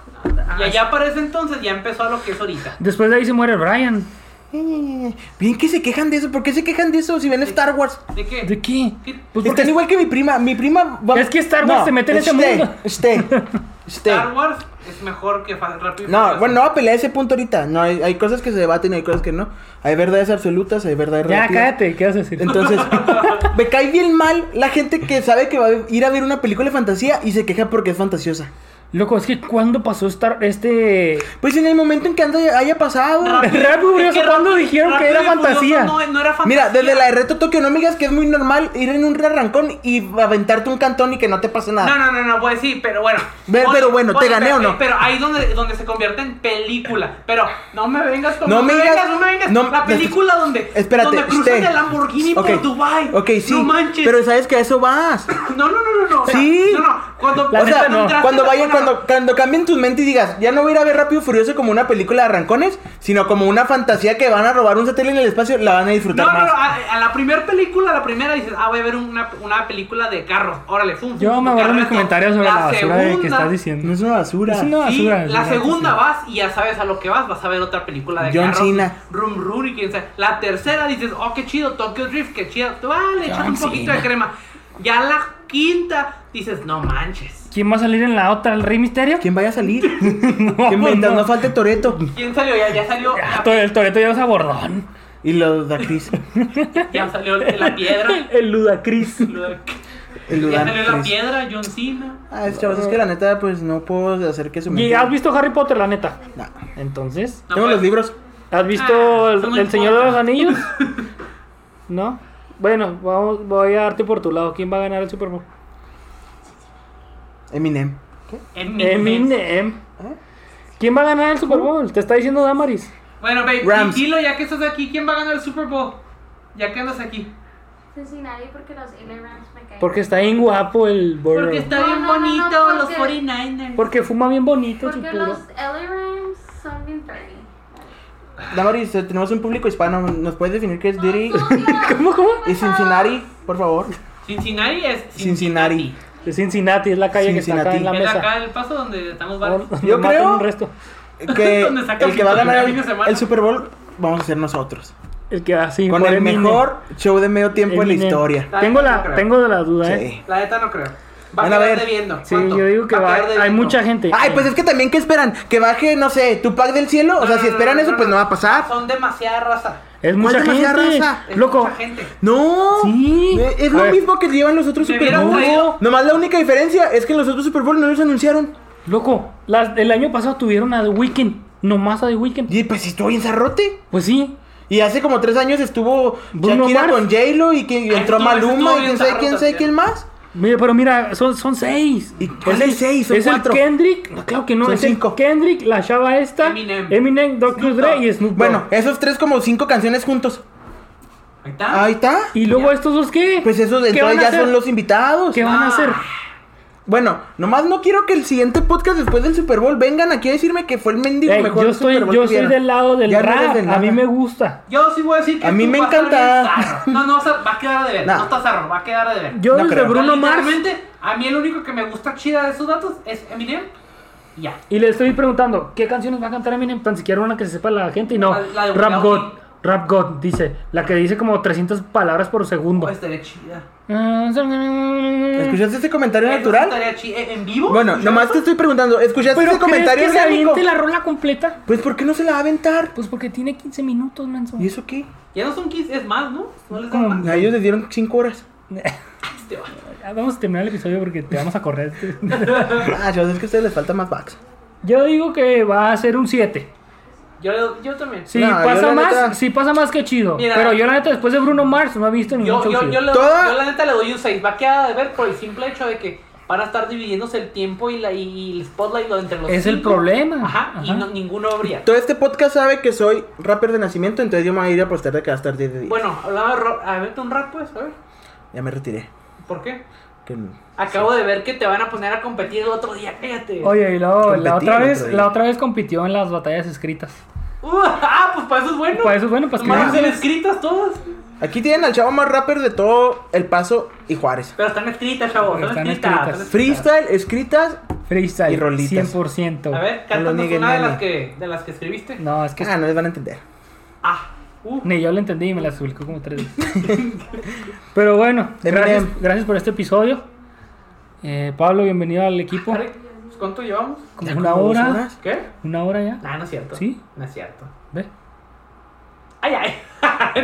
Speaker 3: Y allá para ese entonces ya empezó a lo que es ahorita.
Speaker 2: Después de ahí se muere Brian.
Speaker 4: Eh, Bien que se quejan de eso, ¿por qué se quejan de eso si ven Star Wars?
Speaker 3: ¿De qué?
Speaker 2: ¿De qué?
Speaker 3: ¿Qué?
Speaker 2: Pues porque
Speaker 4: Estás igual que mi prima, mi prima va-
Speaker 2: Es que Star Wars se mete en ese
Speaker 4: stay,
Speaker 2: mundo. (laughs)
Speaker 4: stay, stay.
Speaker 3: Star Wars es mejor que fa- Rápido y
Speaker 4: No,
Speaker 3: Furioso.
Speaker 4: bueno, no va a pelear ese punto ahorita. No, hay, hay cosas que se debaten y hay cosas que no. Hay verdades absolutas, hay verdades
Speaker 2: Ya,
Speaker 4: relativas.
Speaker 2: cállate, ¿qué vas a decir?
Speaker 3: (laughs)
Speaker 4: Entonces, me cae bien mal la gente que sabe que va a ir a ver una película de fantasía y se queja porque es fantasiosa.
Speaker 2: Loco, es que cuando pasó Star, este...
Speaker 4: Pues en el momento en que anda- haya pasado.
Speaker 2: (laughs)
Speaker 3: Rápido-
Speaker 2: Rápido y Furioso,
Speaker 3: es que
Speaker 2: ¿cuándo
Speaker 3: Rápido-
Speaker 2: dijeron que era
Speaker 3: Rápido y Furioso
Speaker 2: fantasía?
Speaker 3: No, no era fantasía.
Speaker 4: Mira, desde la de Reto Tokio, no me digas que es muy normal ir en un arrancón y aventarte un cantón y que no te pase nada.
Speaker 3: No, no, no, no, pues sí, pero bueno.
Speaker 4: Ve-
Speaker 3: Ponle-
Speaker 4: pero bueno, ¿te
Speaker 3: ponle,
Speaker 4: gané
Speaker 3: pero- eh,
Speaker 4: o no?
Speaker 3: Pero ahí donde, donde se convierte en película. Pero no me vengas con.
Speaker 4: No me digas-
Speaker 3: no me vengas.
Speaker 4: no-
Speaker 3: la película donde.
Speaker 4: Espérate,
Speaker 3: Donde cruzan
Speaker 4: stay.
Speaker 3: el Lamborghini
Speaker 4: Ok,
Speaker 3: por Dubai.
Speaker 4: Ok, sí.
Speaker 3: No manches.
Speaker 4: Pero sabes que a eso vas.
Speaker 3: No, no, no, no, no. o sea,
Speaker 4: Sí.
Speaker 3: No, no. Cuando,
Speaker 2: La
Speaker 4: o sea,
Speaker 2: neta no.
Speaker 3: contrastes-
Speaker 4: cuando vaya,
Speaker 3: no, no,
Speaker 4: cuando, cuando cambien tus mentes y digas, ya no voy a ir a ver Rápido y Furioso como una película de arrancones, sino como una fantasía que van a robar un satélite en el espacio, la van a disfrutar
Speaker 3: No, no,
Speaker 4: más.
Speaker 3: no, a, a la primera película, la primera dices, ah, voy a ver una, una película de carros. Órale, fum. fum,
Speaker 2: Yo
Speaker 3: fum,
Speaker 2: me guardo mis
Speaker 3: carreto.
Speaker 2: comentarios sobre la, basura de que
Speaker 3: segunda-
Speaker 2: estás diciendo.
Speaker 4: No es una basura.
Speaker 2: Es una
Speaker 3: Sí,
Speaker 2: basura.
Speaker 3: la
Speaker 2: sí,
Speaker 3: segunda
Speaker 2: sí.
Speaker 3: vas y ya sabes a lo que vas, vas a ver otra película de
Speaker 4: John
Speaker 3: carros.
Speaker 4: Cena.
Speaker 3: Rum Rum y quién sabe. La tercera dices, oh, qué chido, Tokyo Drift, qué chido. Tú, ah, le echas
Speaker 2: John
Speaker 3: un poquito
Speaker 2: Cena.
Speaker 3: de crema. Ya la quinta dices, no manches.
Speaker 2: ¿Quién va a salir en la otra? ¿El Rey Misterio?
Speaker 4: ¿Quién vaya
Speaker 3: (laughs)
Speaker 4: a salir?
Speaker 2: No,
Speaker 4: que mientras
Speaker 2: no.
Speaker 4: no falte Toreto
Speaker 3: ¿Quién salió? Ya, ya salió.
Speaker 2: Ah,
Speaker 3: Ya,
Speaker 2: to- El Toreto lleva esa bordón.
Speaker 4: y los da Cris.
Speaker 3: (laughs) ya salió la piedra.
Speaker 2: El Ludacris.
Speaker 4: El
Speaker 3: Ya
Speaker 4: Ludan
Speaker 3: salió la
Speaker 4: Cris.
Speaker 3: piedra, John Cena.
Speaker 4: Ah, es, chavos, es que la neta, pues no puedo hacer que su
Speaker 2: ¿Y
Speaker 4: mente-
Speaker 2: has visto Harry Potter, la neta?
Speaker 4: Nah.
Speaker 2: Entonces,
Speaker 3: No,
Speaker 4: Tengo
Speaker 3: pues,
Speaker 4: los libros.
Speaker 2: ¿has visto
Speaker 3: Ah,
Speaker 2: el,
Speaker 3: eso no
Speaker 2: el Señor de
Speaker 3: importa.
Speaker 2: los Anillos? ¿No? Bueno, vamos, voy a darte por tu lado. ¿Quién va a ganar el Super Bowl?
Speaker 4: Eminem.
Speaker 3: Eminem.
Speaker 2: Eminem.
Speaker 4: ¿Eh?
Speaker 2: ¿Quién va a ganar el Super Bowl? Te está diciendo Damaris.
Speaker 3: Bueno, babe,
Speaker 4: Rams.
Speaker 3: y dilo ya que estás aquí, ¿quién va a ganar el Super Bowl? Ya que andas aquí.
Speaker 5: Cincinnati porque los LA Rams me caen.
Speaker 2: Porque está bien guapo el Burrow.
Speaker 3: Porque está
Speaker 5: No,
Speaker 3: bien
Speaker 5: no, no, no,
Speaker 3: bonito, los
Speaker 5: porque-
Speaker 3: 49ers.
Speaker 2: Porque fuma bien bonito,
Speaker 5: Porque
Speaker 2: chupulo.
Speaker 5: los LA Rams son bien dirty.
Speaker 2: (laughs)
Speaker 4: Damaris, eh, tenemos un público hispano. ¿Nos puedes definir qué es (laughs) Diri
Speaker 2: ¿Cómo, cómo?
Speaker 4: y Cincinnati, por favor?
Speaker 3: Cincinnati es
Speaker 4: (laughs) Cincinnati.
Speaker 2: De Cincinnati, es la calle que está acá en la
Speaker 4: Cincinnati.
Speaker 2: mesa.
Speaker 3: Es
Speaker 2: Oh,
Speaker 3: acá el paso donde estamos varios.
Speaker 2: Ahora
Speaker 4: Yo
Speaker 2: nos matan
Speaker 4: creo-
Speaker 2: un resto.
Speaker 4: Que
Speaker 3: ¿Dónde saca
Speaker 4: el que va a ganar el,
Speaker 3: el fin de semana?
Speaker 4: el Super Bowl vamos a ser nosotros.
Speaker 2: El que así
Speaker 4: Con el mejor show de medio tiempo en la historia.
Speaker 2: Tengo
Speaker 3: No
Speaker 2: la,
Speaker 3: creo.
Speaker 2: tengo la duda, ¿eh?
Speaker 4: Sí.
Speaker 3: La neta no creo. Va
Speaker 4: Bueno, a
Speaker 3: a quedar
Speaker 4: ver.
Speaker 3: debiendo.
Speaker 2: Sí,
Speaker 3: ¿Cuánto?
Speaker 2: yo digo que va,
Speaker 3: quedar
Speaker 2: hay
Speaker 3: debiendo.
Speaker 2: mucha gente.
Speaker 4: Ay, pues es que también, ¿qué esperan? ¿Que baje, no sé, tu pack del cielo? O sea, si esperan eso, pues no va a pasar.
Speaker 3: Son demasiada raza.
Speaker 2: Es mucha
Speaker 4: ¿Cuál demasiada
Speaker 2: gente.
Speaker 4: raza?
Speaker 3: Es
Speaker 2: Loco,
Speaker 3: mucha gente.
Speaker 4: No,
Speaker 2: Sí.
Speaker 4: Eh, es
Speaker 2: A
Speaker 4: lo
Speaker 2: ver.
Speaker 4: mismo que llevan los otros
Speaker 3: Me
Speaker 4: Super
Speaker 3: hubieran
Speaker 4: Bowl.
Speaker 3: traído.
Speaker 4: Nomás la única diferencia es que en los otros Super Bowl no los anunciaron.
Speaker 2: loco, las- el año pasado tuvieron a The Weeknd, nomás a The Weeknd.
Speaker 4: Y pues si estuvo bien zarrote.
Speaker 2: Pues sí,
Speaker 4: Y hace como tres años estuvo
Speaker 2: Bruno
Speaker 4: Shakira
Speaker 2: Mars.
Speaker 4: con J-Lo y, que, y
Speaker 3: Ah,
Speaker 4: entró
Speaker 3: estuvo-
Speaker 4: Maluma
Speaker 3: estuvo
Speaker 4: y
Speaker 3: bien
Speaker 4: quién sabe
Speaker 3: zarro
Speaker 4: quién sabe
Speaker 3: también.
Speaker 4: quién más.
Speaker 2: Mira, pero mira, son, son seis.
Speaker 4: ¿Y pues, cuál es el seis? Son
Speaker 2: ¿Es el
Speaker 4: cuatro.
Speaker 2: Kendrick? No, claro que no.
Speaker 4: Son
Speaker 2: es el
Speaker 4: cinco.
Speaker 2: Kendrick, la chava esta,
Speaker 3: Eminem.
Speaker 2: Eminem, Dr.
Speaker 3: Snoop Dogg.
Speaker 2: Dre y Snoop Dogg.
Speaker 4: Bueno, eh, esos tres como cinco canciones juntos.
Speaker 3: Ahí está.
Speaker 4: Ahí está.
Speaker 2: ¿y luego estos dos qué?
Speaker 4: Pues esos
Speaker 2: ¿Qué
Speaker 4: entonces
Speaker 2: van a
Speaker 4: ya
Speaker 2: hacer?
Speaker 4: son los invitados.
Speaker 2: ¿Qué van
Speaker 3: Ah.
Speaker 2: a hacer?
Speaker 4: Bueno, nomás no quiero que el siguiente podcast después del Super Bowl vengan aquí a decirme que fue el mendigo
Speaker 2: Ey,
Speaker 4: mejor
Speaker 2: yo estoy,
Speaker 4: Super Bowl
Speaker 2: yo
Speaker 4: que
Speaker 2: soy
Speaker 4: vieron.
Speaker 2: del lado del
Speaker 4: Ya no eres
Speaker 2: rap.
Speaker 4: de
Speaker 2: a
Speaker 4: nada.
Speaker 2: mí me gusta.
Speaker 3: Yo sí voy a decir que
Speaker 4: A mí
Speaker 3: tú
Speaker 4: me
Speaker 3: vas estar
Speaker 4: encanta.
Speaker 3: bien zarro. No, no, vas a- va a quedar de ver.
Speaker 4: Nah.
Speaker 3: No está zarro, va a quedar de ver.
Speaker 2: Yo
Speaker 4: No
Speaker 2: desde
Speaker 4: creo.
Speaker 2: Bruno Mars.
Speaker 3: Realmente, a mí el único que me gusta chida de esos datos es Eminem. Y ya.
Speaker 2: Y le estoy preguntando, ¿qué canciones va a cantar Eminem? Tan siquiera una que se sepa la gente. Y no,
Speaker 3: La- la de
Speaker 2: Rap
Speaker 3: Willow.
Speaker 2: God. Rap God, dice. La que dice como 300 palabras por segundo.
Speaker 3: Oh, estaría chida.
Speaker 4: ¿Escuchaste ese comentario
Speaker 3: Eso sí
Speaker 4: natural?
Speaker 3: Estaría chida. eh, ¿En vivo?
Speaker 4: Bueno,
Speaker 3: ¿Escuchaste?
Speaker 4: nomás te estoy preguntando, ¿escuchaste
Speaker 2: Oh, ¿Pero
Speaker 4: ese comentario
Speaker 2: comentario que se
Speaker 4: irónico?
Speaker 2: aviente la rola completa?
Speaker 4: Pues ¿por qué no se la va a aventar?
Speaker 2: Pues porque tiene 15 minutos, menso.
Speaker 4: ¿Y eso qué?
Speaker 3: Ya no son 15, es más, ¿no? No les da
Speaker 2: Como-
Speaker 3: más.
Speaker 4: A ellos les dieron
Speaker 2: (laughs)
Speaker 4: cinco horas.
Speaker 3: Este va.
Speaker 2: Ah, Vamos a terminar el episodio porque te vamos a correr.
Speaker 4: Ah, yo sé que a ustedes les falta más backs.
Speaker 2: (laughs) Yo digo que va a ser un 7.
Speaker 3: Yo, yo también.
Speaker 2: Si
Speaker 4: No, yo
Speaker 2: pasa
Speaker 4: la
Speaker 2: más,
Speaker 4: neta-
Speaker 2: si pasa más que chido.
Speaker 3: Mira.
Speaker 2: Pero yo la neta después de Bruno Mars no he visto ningún
Speaker 3: Yo,
Speaker 2: show
Speaker 3: yo,
Speaker 2: chido.
Speaker 3: yo, le-
Speaker 4: Toda-
Speaker 3: yo la neta le doy un 6. Va a quedar de ver por el simple hecho de que van a estar dividiéndose el tiempo y, la, y el spotlight entre los
Speaker 2: Es el
Speaker 3: cinco.
Speaker 2: problema.
Speaker 3: Ajá, y
Speaker 2: Ajá.
Speaker 3: no- ninguno habría.
Speaker 4: Todo este podcast sabe que soy rapper de nacimiento, entonces yo me voy a ir a apostar de que va a estar 10 de 10.
Speaker 3: Bueno, hablaba de ro- a verte un rap, pues, a ver.
Speaker 4: Ya me retiré.
Speaker 3: ¿Por qué?
Speaker 4: Que no.
Speaker 3: Acabo de ver que te van a poner a competir el otro día, cállate.
Speaker 2: Oye, y luego, la
Speaker 4: Competí
Speaker 2: otra
Speaker 4: el otro
Speaker 2: vez,
Speaker 4: día.
Speaker 2: la otra vez compitió en las batallas escritas.
Speaker 3: Uh, ah, pues para eso es bueno.
Speaker 2: Para eso es bueno, pues que
Speaker 3: Nomás
Speaker 4: no
Speaker 3: están escritas todas.
Speaker 4: Aquí tienen al chavo más rapper de todo El Paso y Juárez.
Speaker 3: Pero están escritas, chavos.
Speaker 2: Pero
Speaker 3: Están,
Speaker 2: están escritas.
Speaker 3: escritas. están
Speaker 4: Freestyle, escritas.
Speaker 2: freestyle
Speaker 4: Y rolitas.
Speaker 2: 100%.
Speaker 3: escritas. A ver, cántanos
Speaker 4: nieguen,
Speaker 3: una de
Speaker 4: nene.
Speaker 3: las, que, de las que escribiste.
Speaker 2: No, es que
Speaker 4: Ah, no les van a entender.
Speaker 3: Ah, uh.
Speaker 2: ni yo lo entendí y me la publicó como tres veces. (laughs) Pero bueno,
Speaker 4: Eminem.
Speaker 2: gracias, gracias por este episodio. Eh, Pablo, bienvenido al equipo.
Speaker 3: Ari, pues, ¿Cuánto llevamos?
Speaker 2: Como
Speaker 4: Ya
Speaker 2: una
Speaker 4: como dos
Speaker 2: hora.
Speaker 4: horas.
Speaker 3: ¿Qué?
Speaker 2: Una hora ya.
Speaker 3: Ah, no es cierto.
Speaker 2: ¿Sí?
Speaker 3: No es cierto.
Speaker 2: Ve.
Speaker 3: Ay, (laughs) ay.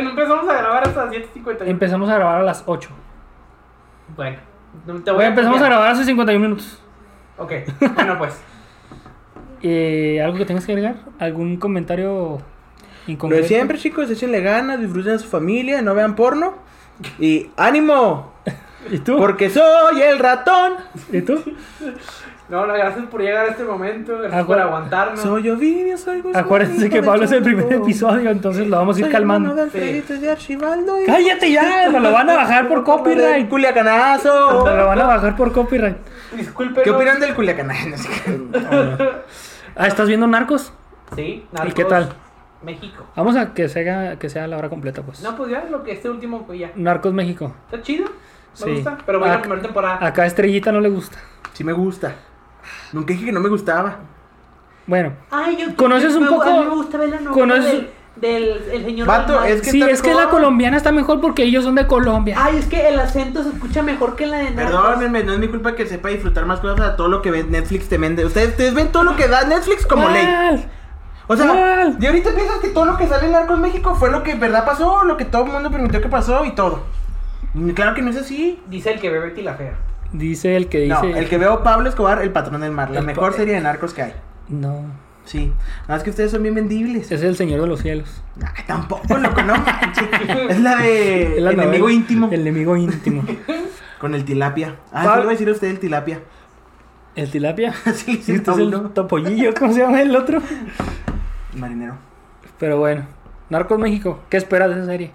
Speaker 3: no empezamos a grabar hasta las 7.50.
Speaker 2: Empezamos a grabar a las 8.
Speaker 3: bueno, no te voy
Speaker 2: Bueno,
Speaker 3: a
Speaker 2: empezamos a
Speaker 3: copiar.
Speaker 2: grabar hace 51 minutos.
Speaker 3: Ok, bueno, pues.
Speaker 2: Eh, ¿Algo que tengas que agregar? ¿Algún comentario
Speaker 4: Lo de
Speaker 2: inconcreto?
Speaker 4: siempre, chicos, échenle ganas, disfruten a su familia, no vean porno. Y ánimo,
Speaker 2: ¿Y tú?
Speaker 4: porque soy el ratón.
Speaker 2: ¿Y tú?
Speaker 3: No, no, gracias por llegar a este momento. Gracias
Speaker 2: Acu-
Speaker 3: por aguantarnos.
Speaker 4: Soy Ovidio, soy Guzmán,
Speaker 2: Acuérdense que
Speaker 4: hijo de
Speaker 2: Pablo es el
Speaker 4: Chaco.
Speaker 2: primer episodio, entonces lo vamos a ir
Speaker 4: Soy hermano de
Speaker 2: calmando.
Speaker 4: Alfredito y de Archibaldo y-
Speaker 2: ¡Cállate ya! Nos lo van a bajar por
Speaker 4: del
Speaker 2: copyright.
Speaker 4: Culiacanazo.
Speaker 2: Nos lo van a bajar por copyright.
Speaker 3: Disculpen.
Speaker 4: ¿Qué opinan del Culiacanazo? (laughs) No sé qué.
Speaker 2: Ah, ¿estás viendo Narcos?
Speaker 3: Sí,
Speaker 2: ¿Y qué tal?
Speaker 3: México.
Speaker 2: Vamos a que sea, que sea la hora completa, pues.
Speaker 3: No, pues ya, lo que este último, pues ya.
Speaker 2: Narcos México.
Speaker 3: Está chido. Me
Speaker 2: Sí. Ah,
Speaker 3: gusta. Pero bueno, la
Speaker 2: Ac-
Speaker 3: primera temporada.
Speaker 2: Acá Estrellita no le gusta.
Speaker 4: Sí me gusta. Nunca dije que no me gustaba.
Speaker 2: Bueno.
Speaker 3: Ay, yo.
Speaker 2: ¿Conoces un
Speaker 3: me-
Speaker 2: poco-
Speaker 3: A mí me gusta ver la novela
Speaker 2: conoces-
Speaker 3: del, del- el señor.
Speaker 4: Vato,
Speaker 3: Dalmau.
Speaker 4: es que
Speaker 2: Sí,
Speaker 4: está
Speaker 2: es que la
Speaker 4: mejor.
Speaker 2: colombiana está mejor porque ellos son de Colombia.
Speaker 3: Ay, es que el acento se escucha mejor que la de Narcos.
Speaker 4: Perdónenme, no es mi culpa que sepa disfrutar más cosas a todo lo que ve- Netflix te vende. Ustedes, ustedes ven todo lo que da Netflix como ley.
Speaker 2: ¿Cuál?
Speaker 4: O sea,
Speaker 2: ¿Cuál?
Speaker 4: y ahorita piensas que todo lo que sale en Narcos México fue lo que en verdad pasó, lo que todo el mundo permitió que pasó y todo. Y Claro que no es así.
Speaker 3: Dice el que ve Betty la Fea. (laughs)
Speaker 2: Dice el que dice.
Speaker 4: No, el que veo Pablo Escobar, el patrón del mar, la
Speaker 2: El
Speaker 4: mejor
Speaker 2: pa- eh.
Speaker 4: serie de narcos que hay.
Speaker 2: No,
Speaker 4: Sí, nada más que ustedes son bien vendibles.
Speaker 2: es el Señor de los Cielos.
Speaker 4: Ay, tampoco, loco, no manches. Es la
Speaker 2: (laughs)
Speaker 4: de
Speaker 2: Es la
Speaker 4: Enemigo
Speaker 2: novela-
Speaker 4: Íntimo
Speaker 2: El enemigo íntimo. (laughs)
Speaker 4: con el tilapia. Ah,
Speaker 2: Pablo-
Speaker 4: sí le voy a decir a usted el tilapia. (laughs)
Speaker 2: ¿El tilapia?
Speaker 4: Sí, sí,
Speaker 2: Sí, este es el
Speaker 4: Pablo.
Speaker 2: topollillo, ¿cómo se llama el otro?
Speaker 4: Marinero.
Speaker 2: Pero bueno, Narcos México, ¿qué esperas de esa serie?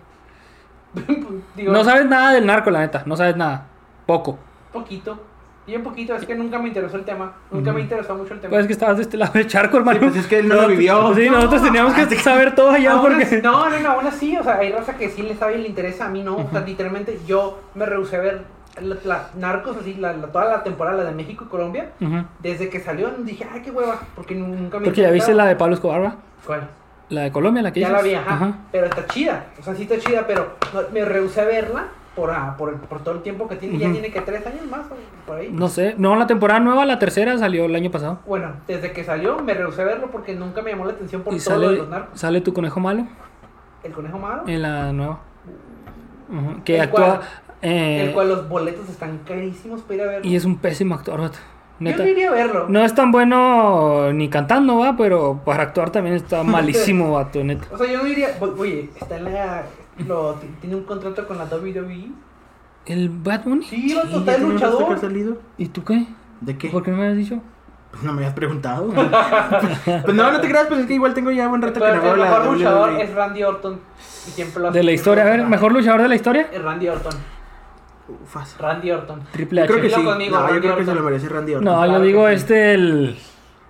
Speaker 3: Digo,
Speaker 2: No sabes nada del narco, la neta, no sabes nada. Poco.
Speaker 3: Poquito. Bien poquito, es que nunca me interesó el tema. Nunca me interesó mucho el tema.
Speaker 2: Pues es que estabas de este lado del charco, hermano.
Speaker 4: pues es que él no lo vivió.
Speaker 2: Sí, nosotros teníamos que saber todo allá
Speaker 3: Aún
Speaker 2: porque.
Speaker 3: así- no, no, no, aún así, o sea, hay raza que sí le sabe y le interesa, a mí no, o sea, literalmente yo me rehusé a ver la, la- Narcos, así, la, la- toda la temporada, la de México y Colombia,
Speaker 2: Ujú.
Speaker 3: desde que salió dije, ay, qué hueva, porque nunca me
Speaker 2: Porque ya viste la
Speaker 3: interesaba.
Speaker 2: de Pablo Escobar, ¿va?
Speaker 3: ¿Cuál?
Speaker 2: La de Colombia, la que
Speaker 3: Ya
Speaker 2: dices.
Speaker 3: la vi, ajá, pero está chida, o sea, sí está chida, pero no- me rehusé a verla por, ah, por, por todo el tiempo que tiene, ya
Speaker 2: Ujú.
Speaker 3: tiene que tres años más, o por ahí.
Speaker 2: No sé. No, la temporada nueva, la tercera, salió el año pasado.
Speaker 3: Bueno, desde que salió me rehusé a verlo porque nunca me llamó la atención por
Speaker 2: Y
Speaker 3: todo lo de
Speaker 2: sale, Eh,
Speaker 3: los narcos.
Speaker 2: sale tu conejo malo
Speaker 3: El conejo malo,
Speaker 2: en la nueva. Ujú, Que
Speaker 3: ¿El
Speaker 2: actúa.
Speaker 3: cual?
Speaker 2: eh,
Speaker 3: el cual los boletos están carísimos para ir a verlo.
Speaker 2: Y es un pésimo actor, vato. Neta.
Speaker 3: Yo no iría a verlo.
Speaker 2: No es tan bueno ni cantando, va, pero para actuar también (laughs) está malísimo, vato, neta.
Speaker 3: O sea, yo no iría. o- Oye, está en la. lo- t- tiene un contrato con la WWE
Speaker 2: ¿El Bad Bunny?
Speaker 3: E. Sí, el total
Speaker 4: ¿Y tú no notaste que ha
Speaker 3: luchador.
Speaker 4: salido?
Speaker 2: ¿Y tú qué?
Speaker 4: ¿De qué?
Speaker 2: ¿Por qué no me has dicho?
Speaker 4: No me has
Speaker 2: (laughs)
Speaker 4: preguntado. pues no, no te creas, pues es que igual tengo ya buen rato
Speaker 3: Pero
Speaker 4: que no veo
Speaker 3: el
Speaker 4: la E.
Speaker 3: mejor luchador
Speaker 4: WWE.
Speaker 3: es Randy Orton. Y siempre lo ha
Speaker 2: E. De la
Speaker 3: sido.
Speaker 2: historia. A ver, mejor luchador de la historia.
Speaker 3: Es Randy Orton.
Speaker 4: Ufas.
Speaker 3: Randy Orton.
Speaker 2: Triple
Speaker 4: Yo
Speaker 2: H.
Speaker 4: creo que sí.
Speaker 3: Dilo conmigo,
Speaker 4: No, yo
Speaker 3: Randy
Speaker 4: creo que se
Speaker 3: Orton.
Speaker 4: lo merece Randy Orton.
Speaker 2: No, yo
Speaker 3: Claro
Speaker 2: digo
Speaker 3: que sí.
Speaker 2: este, el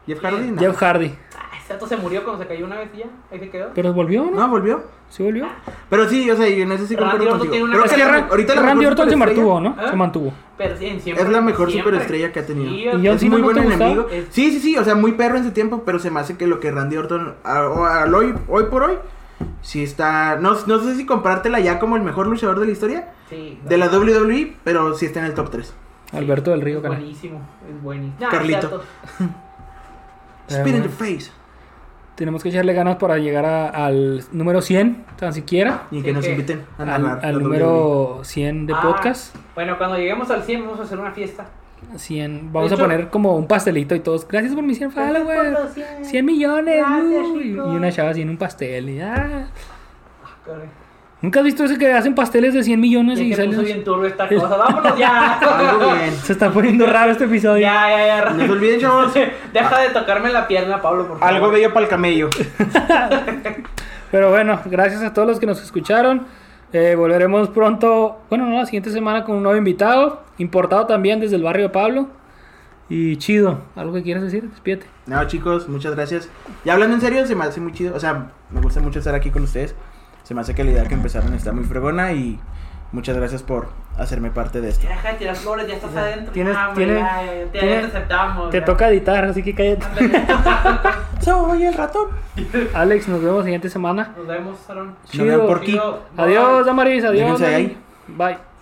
Speaker 4: Jeff Hardy. No.
Speaker 2: Jeff Hardy.
Speaker 3: Ah, Ese dato se murió cuando se cayó una vez y ya. Ahí se quedó.
Speaker 2: Pero volvió, ¿no?
Speaker 4: No, volvió.
Speaker 2: ¿Sí volvió?
Speaker 4: Pero sí, o sea, yo en eso sí
Speaker 3: Randy
Speaker 4: concuerdo
Speaker 3: Orton
Speaker 4: contigo.
Speaker 3: tiene una
Speaker 4: Creo
Speaker 3: Es
Speaker 4: que
Speaker 3: que
Speaker 4: la-
Speaker 3: Ra-
Speaker 4: ahorita la
Speaker 2: Randy
Speaker 4: mejor
Speaker 2: Orton se
Speaker 4: superestrella-
Speaker 2: mantuvo, ¿no?
Speaker 3: ¿Ah?
Speaker 2: Se mantuvo.
Speaker 3: Pero sí, en siempre.
Speaker 4: Es la mejor
Speaker 3: siempre.
Speaker 4: superestrella que ha tenido.
Speaker 3: Sí,
Speaker 2: Y John
Speaker 4: Es
Speaker 2: Cena
Speaker 4: muy
Speaker 2: no
Speaker 4: buen
Speaker 2: te gustaba?
Speaker 4: enemigo.
Speaker 3: Es-
Speaker 4: Sí, sí, sí, o sea, muy perro en su tiempo, pero se me hace que lo que Randy Orton a- o- al hoy, hoy por hoy, sí está. No, no sé si comprártela ya como el mejor luchador de la historia
Speaker 3: Sí.
Speaker 4: de la WWE, pero sí está en el top 3.
Speaker 2: Alberto del Río,
Speaker 3: es
Speaker 2: caray.
Speaker 3: buenísimo. Es buenísimo. Nah,
Speaker 4: Carlito.
Speaker 3: cierto.
Speaker 2: Pero
Speaker 4: Spit in the
Speaker 2: bueno.
Speaker 4: face.
Speaker 2: Tenemos que echarle ganas para llegar a- al número 100, tan siquiera.
Speaker 4: Y
Speaker 3: Sí,
Speaker 4: que nos
Speaker 3: que-
Speaker 4: inviten a
Speaker 2: Al,
Speaker 4: narrar.
Speaker 2: al
Speaker 4: la E. WWE.
Speaker 2: número 100 de
Speaker 3: Ah,
Speaker 2: podcast.
Speaker 3: Bueno, cuando lleguemos al 100 vamos a hacer una fiesta.
Speaker 2: 100. Vamos
Speaker 3: De
Speaker 2: a
Speaker 3: hecho-
Speaker 2: poner como un pastelito y todos. Gracias por mis 100 followers. 100 millones.
Speaker 3: Gracias,
Speaker 2: uy", y
Speaker 3: chicos.
Speaker 2: una chava así en un pastel. y, ah.
Speaker 3: Ah, caray.
Speaker 2: ¿Nunca has visto ese que hacen pasteles de 100 millones
Speaker 3: Ya
Speaker 2: y
Speaker 3: que puso
Speaker 2: salen?
Speaker 3: bien turbio esta cosa.
Speaker 2: (laughs)
Speaker 3: Vámonos ya.
Speaker 4: Algo bien.
Speaker 2: Se está poniendo raro este
Speaker 3: ya,
Speaker 2: episodio.
Speaker 3: ya, ya.
Speaker 4: No se
Speaker 3: (laughs)
Speaker 4: olviden, chavos.
Speaker 3: Deja de tocarme la pierna, Pablo, por favor.
Speaker 4: Algo bello para el camello.
Speaker 2: Pero bueno, gracias a todos los que nos escucharon. Eh, volveremos pronto, bueno, no, la siguiente semana con un nuevo invitado, importado también desde el barrio de Pablo. Y chido, ¿algo que quieras decir? Despídete.
Speaker 4: No, chicos, muchas gracias. Y hablando en serio, se me hace muy chido. O sea, me gusta mucho estar aquí con ustedes. Se me hace que la idea que empezaron está muy fregona y muchas gracias por hacerme parte de esto.
Speaker 3: Ya deja de tirar flores, ya estás adentro.
Speaker 2: Tienes-
Speaker 3: Ah, güey,
Speaker 2: tienes-
Speaker 3: ya, ya, ya,
Speaker 2: tienes-
Speaker 3: te aceptamos.
Speaker 2: Te
Speaker 3: ya.
Speaker 2: toca editar, así que
Speaker 3: (laughs)
Speaker 2: cállate.
Speaker 4: Soy el ratón.
Speaker 2: Alex, nos vemos la siguiente semana.
Speaker 4: (laughs)
Speaker 3: Nos vemos, Aaron.
Speaker 4: Nos vemos por aquí.
Speaker 3: Chido, bye.
Speaker 2: Adiós, Damaris, adiós.
Speaker 4: Déjense ahí.
Speaker 2: Dani. Bye.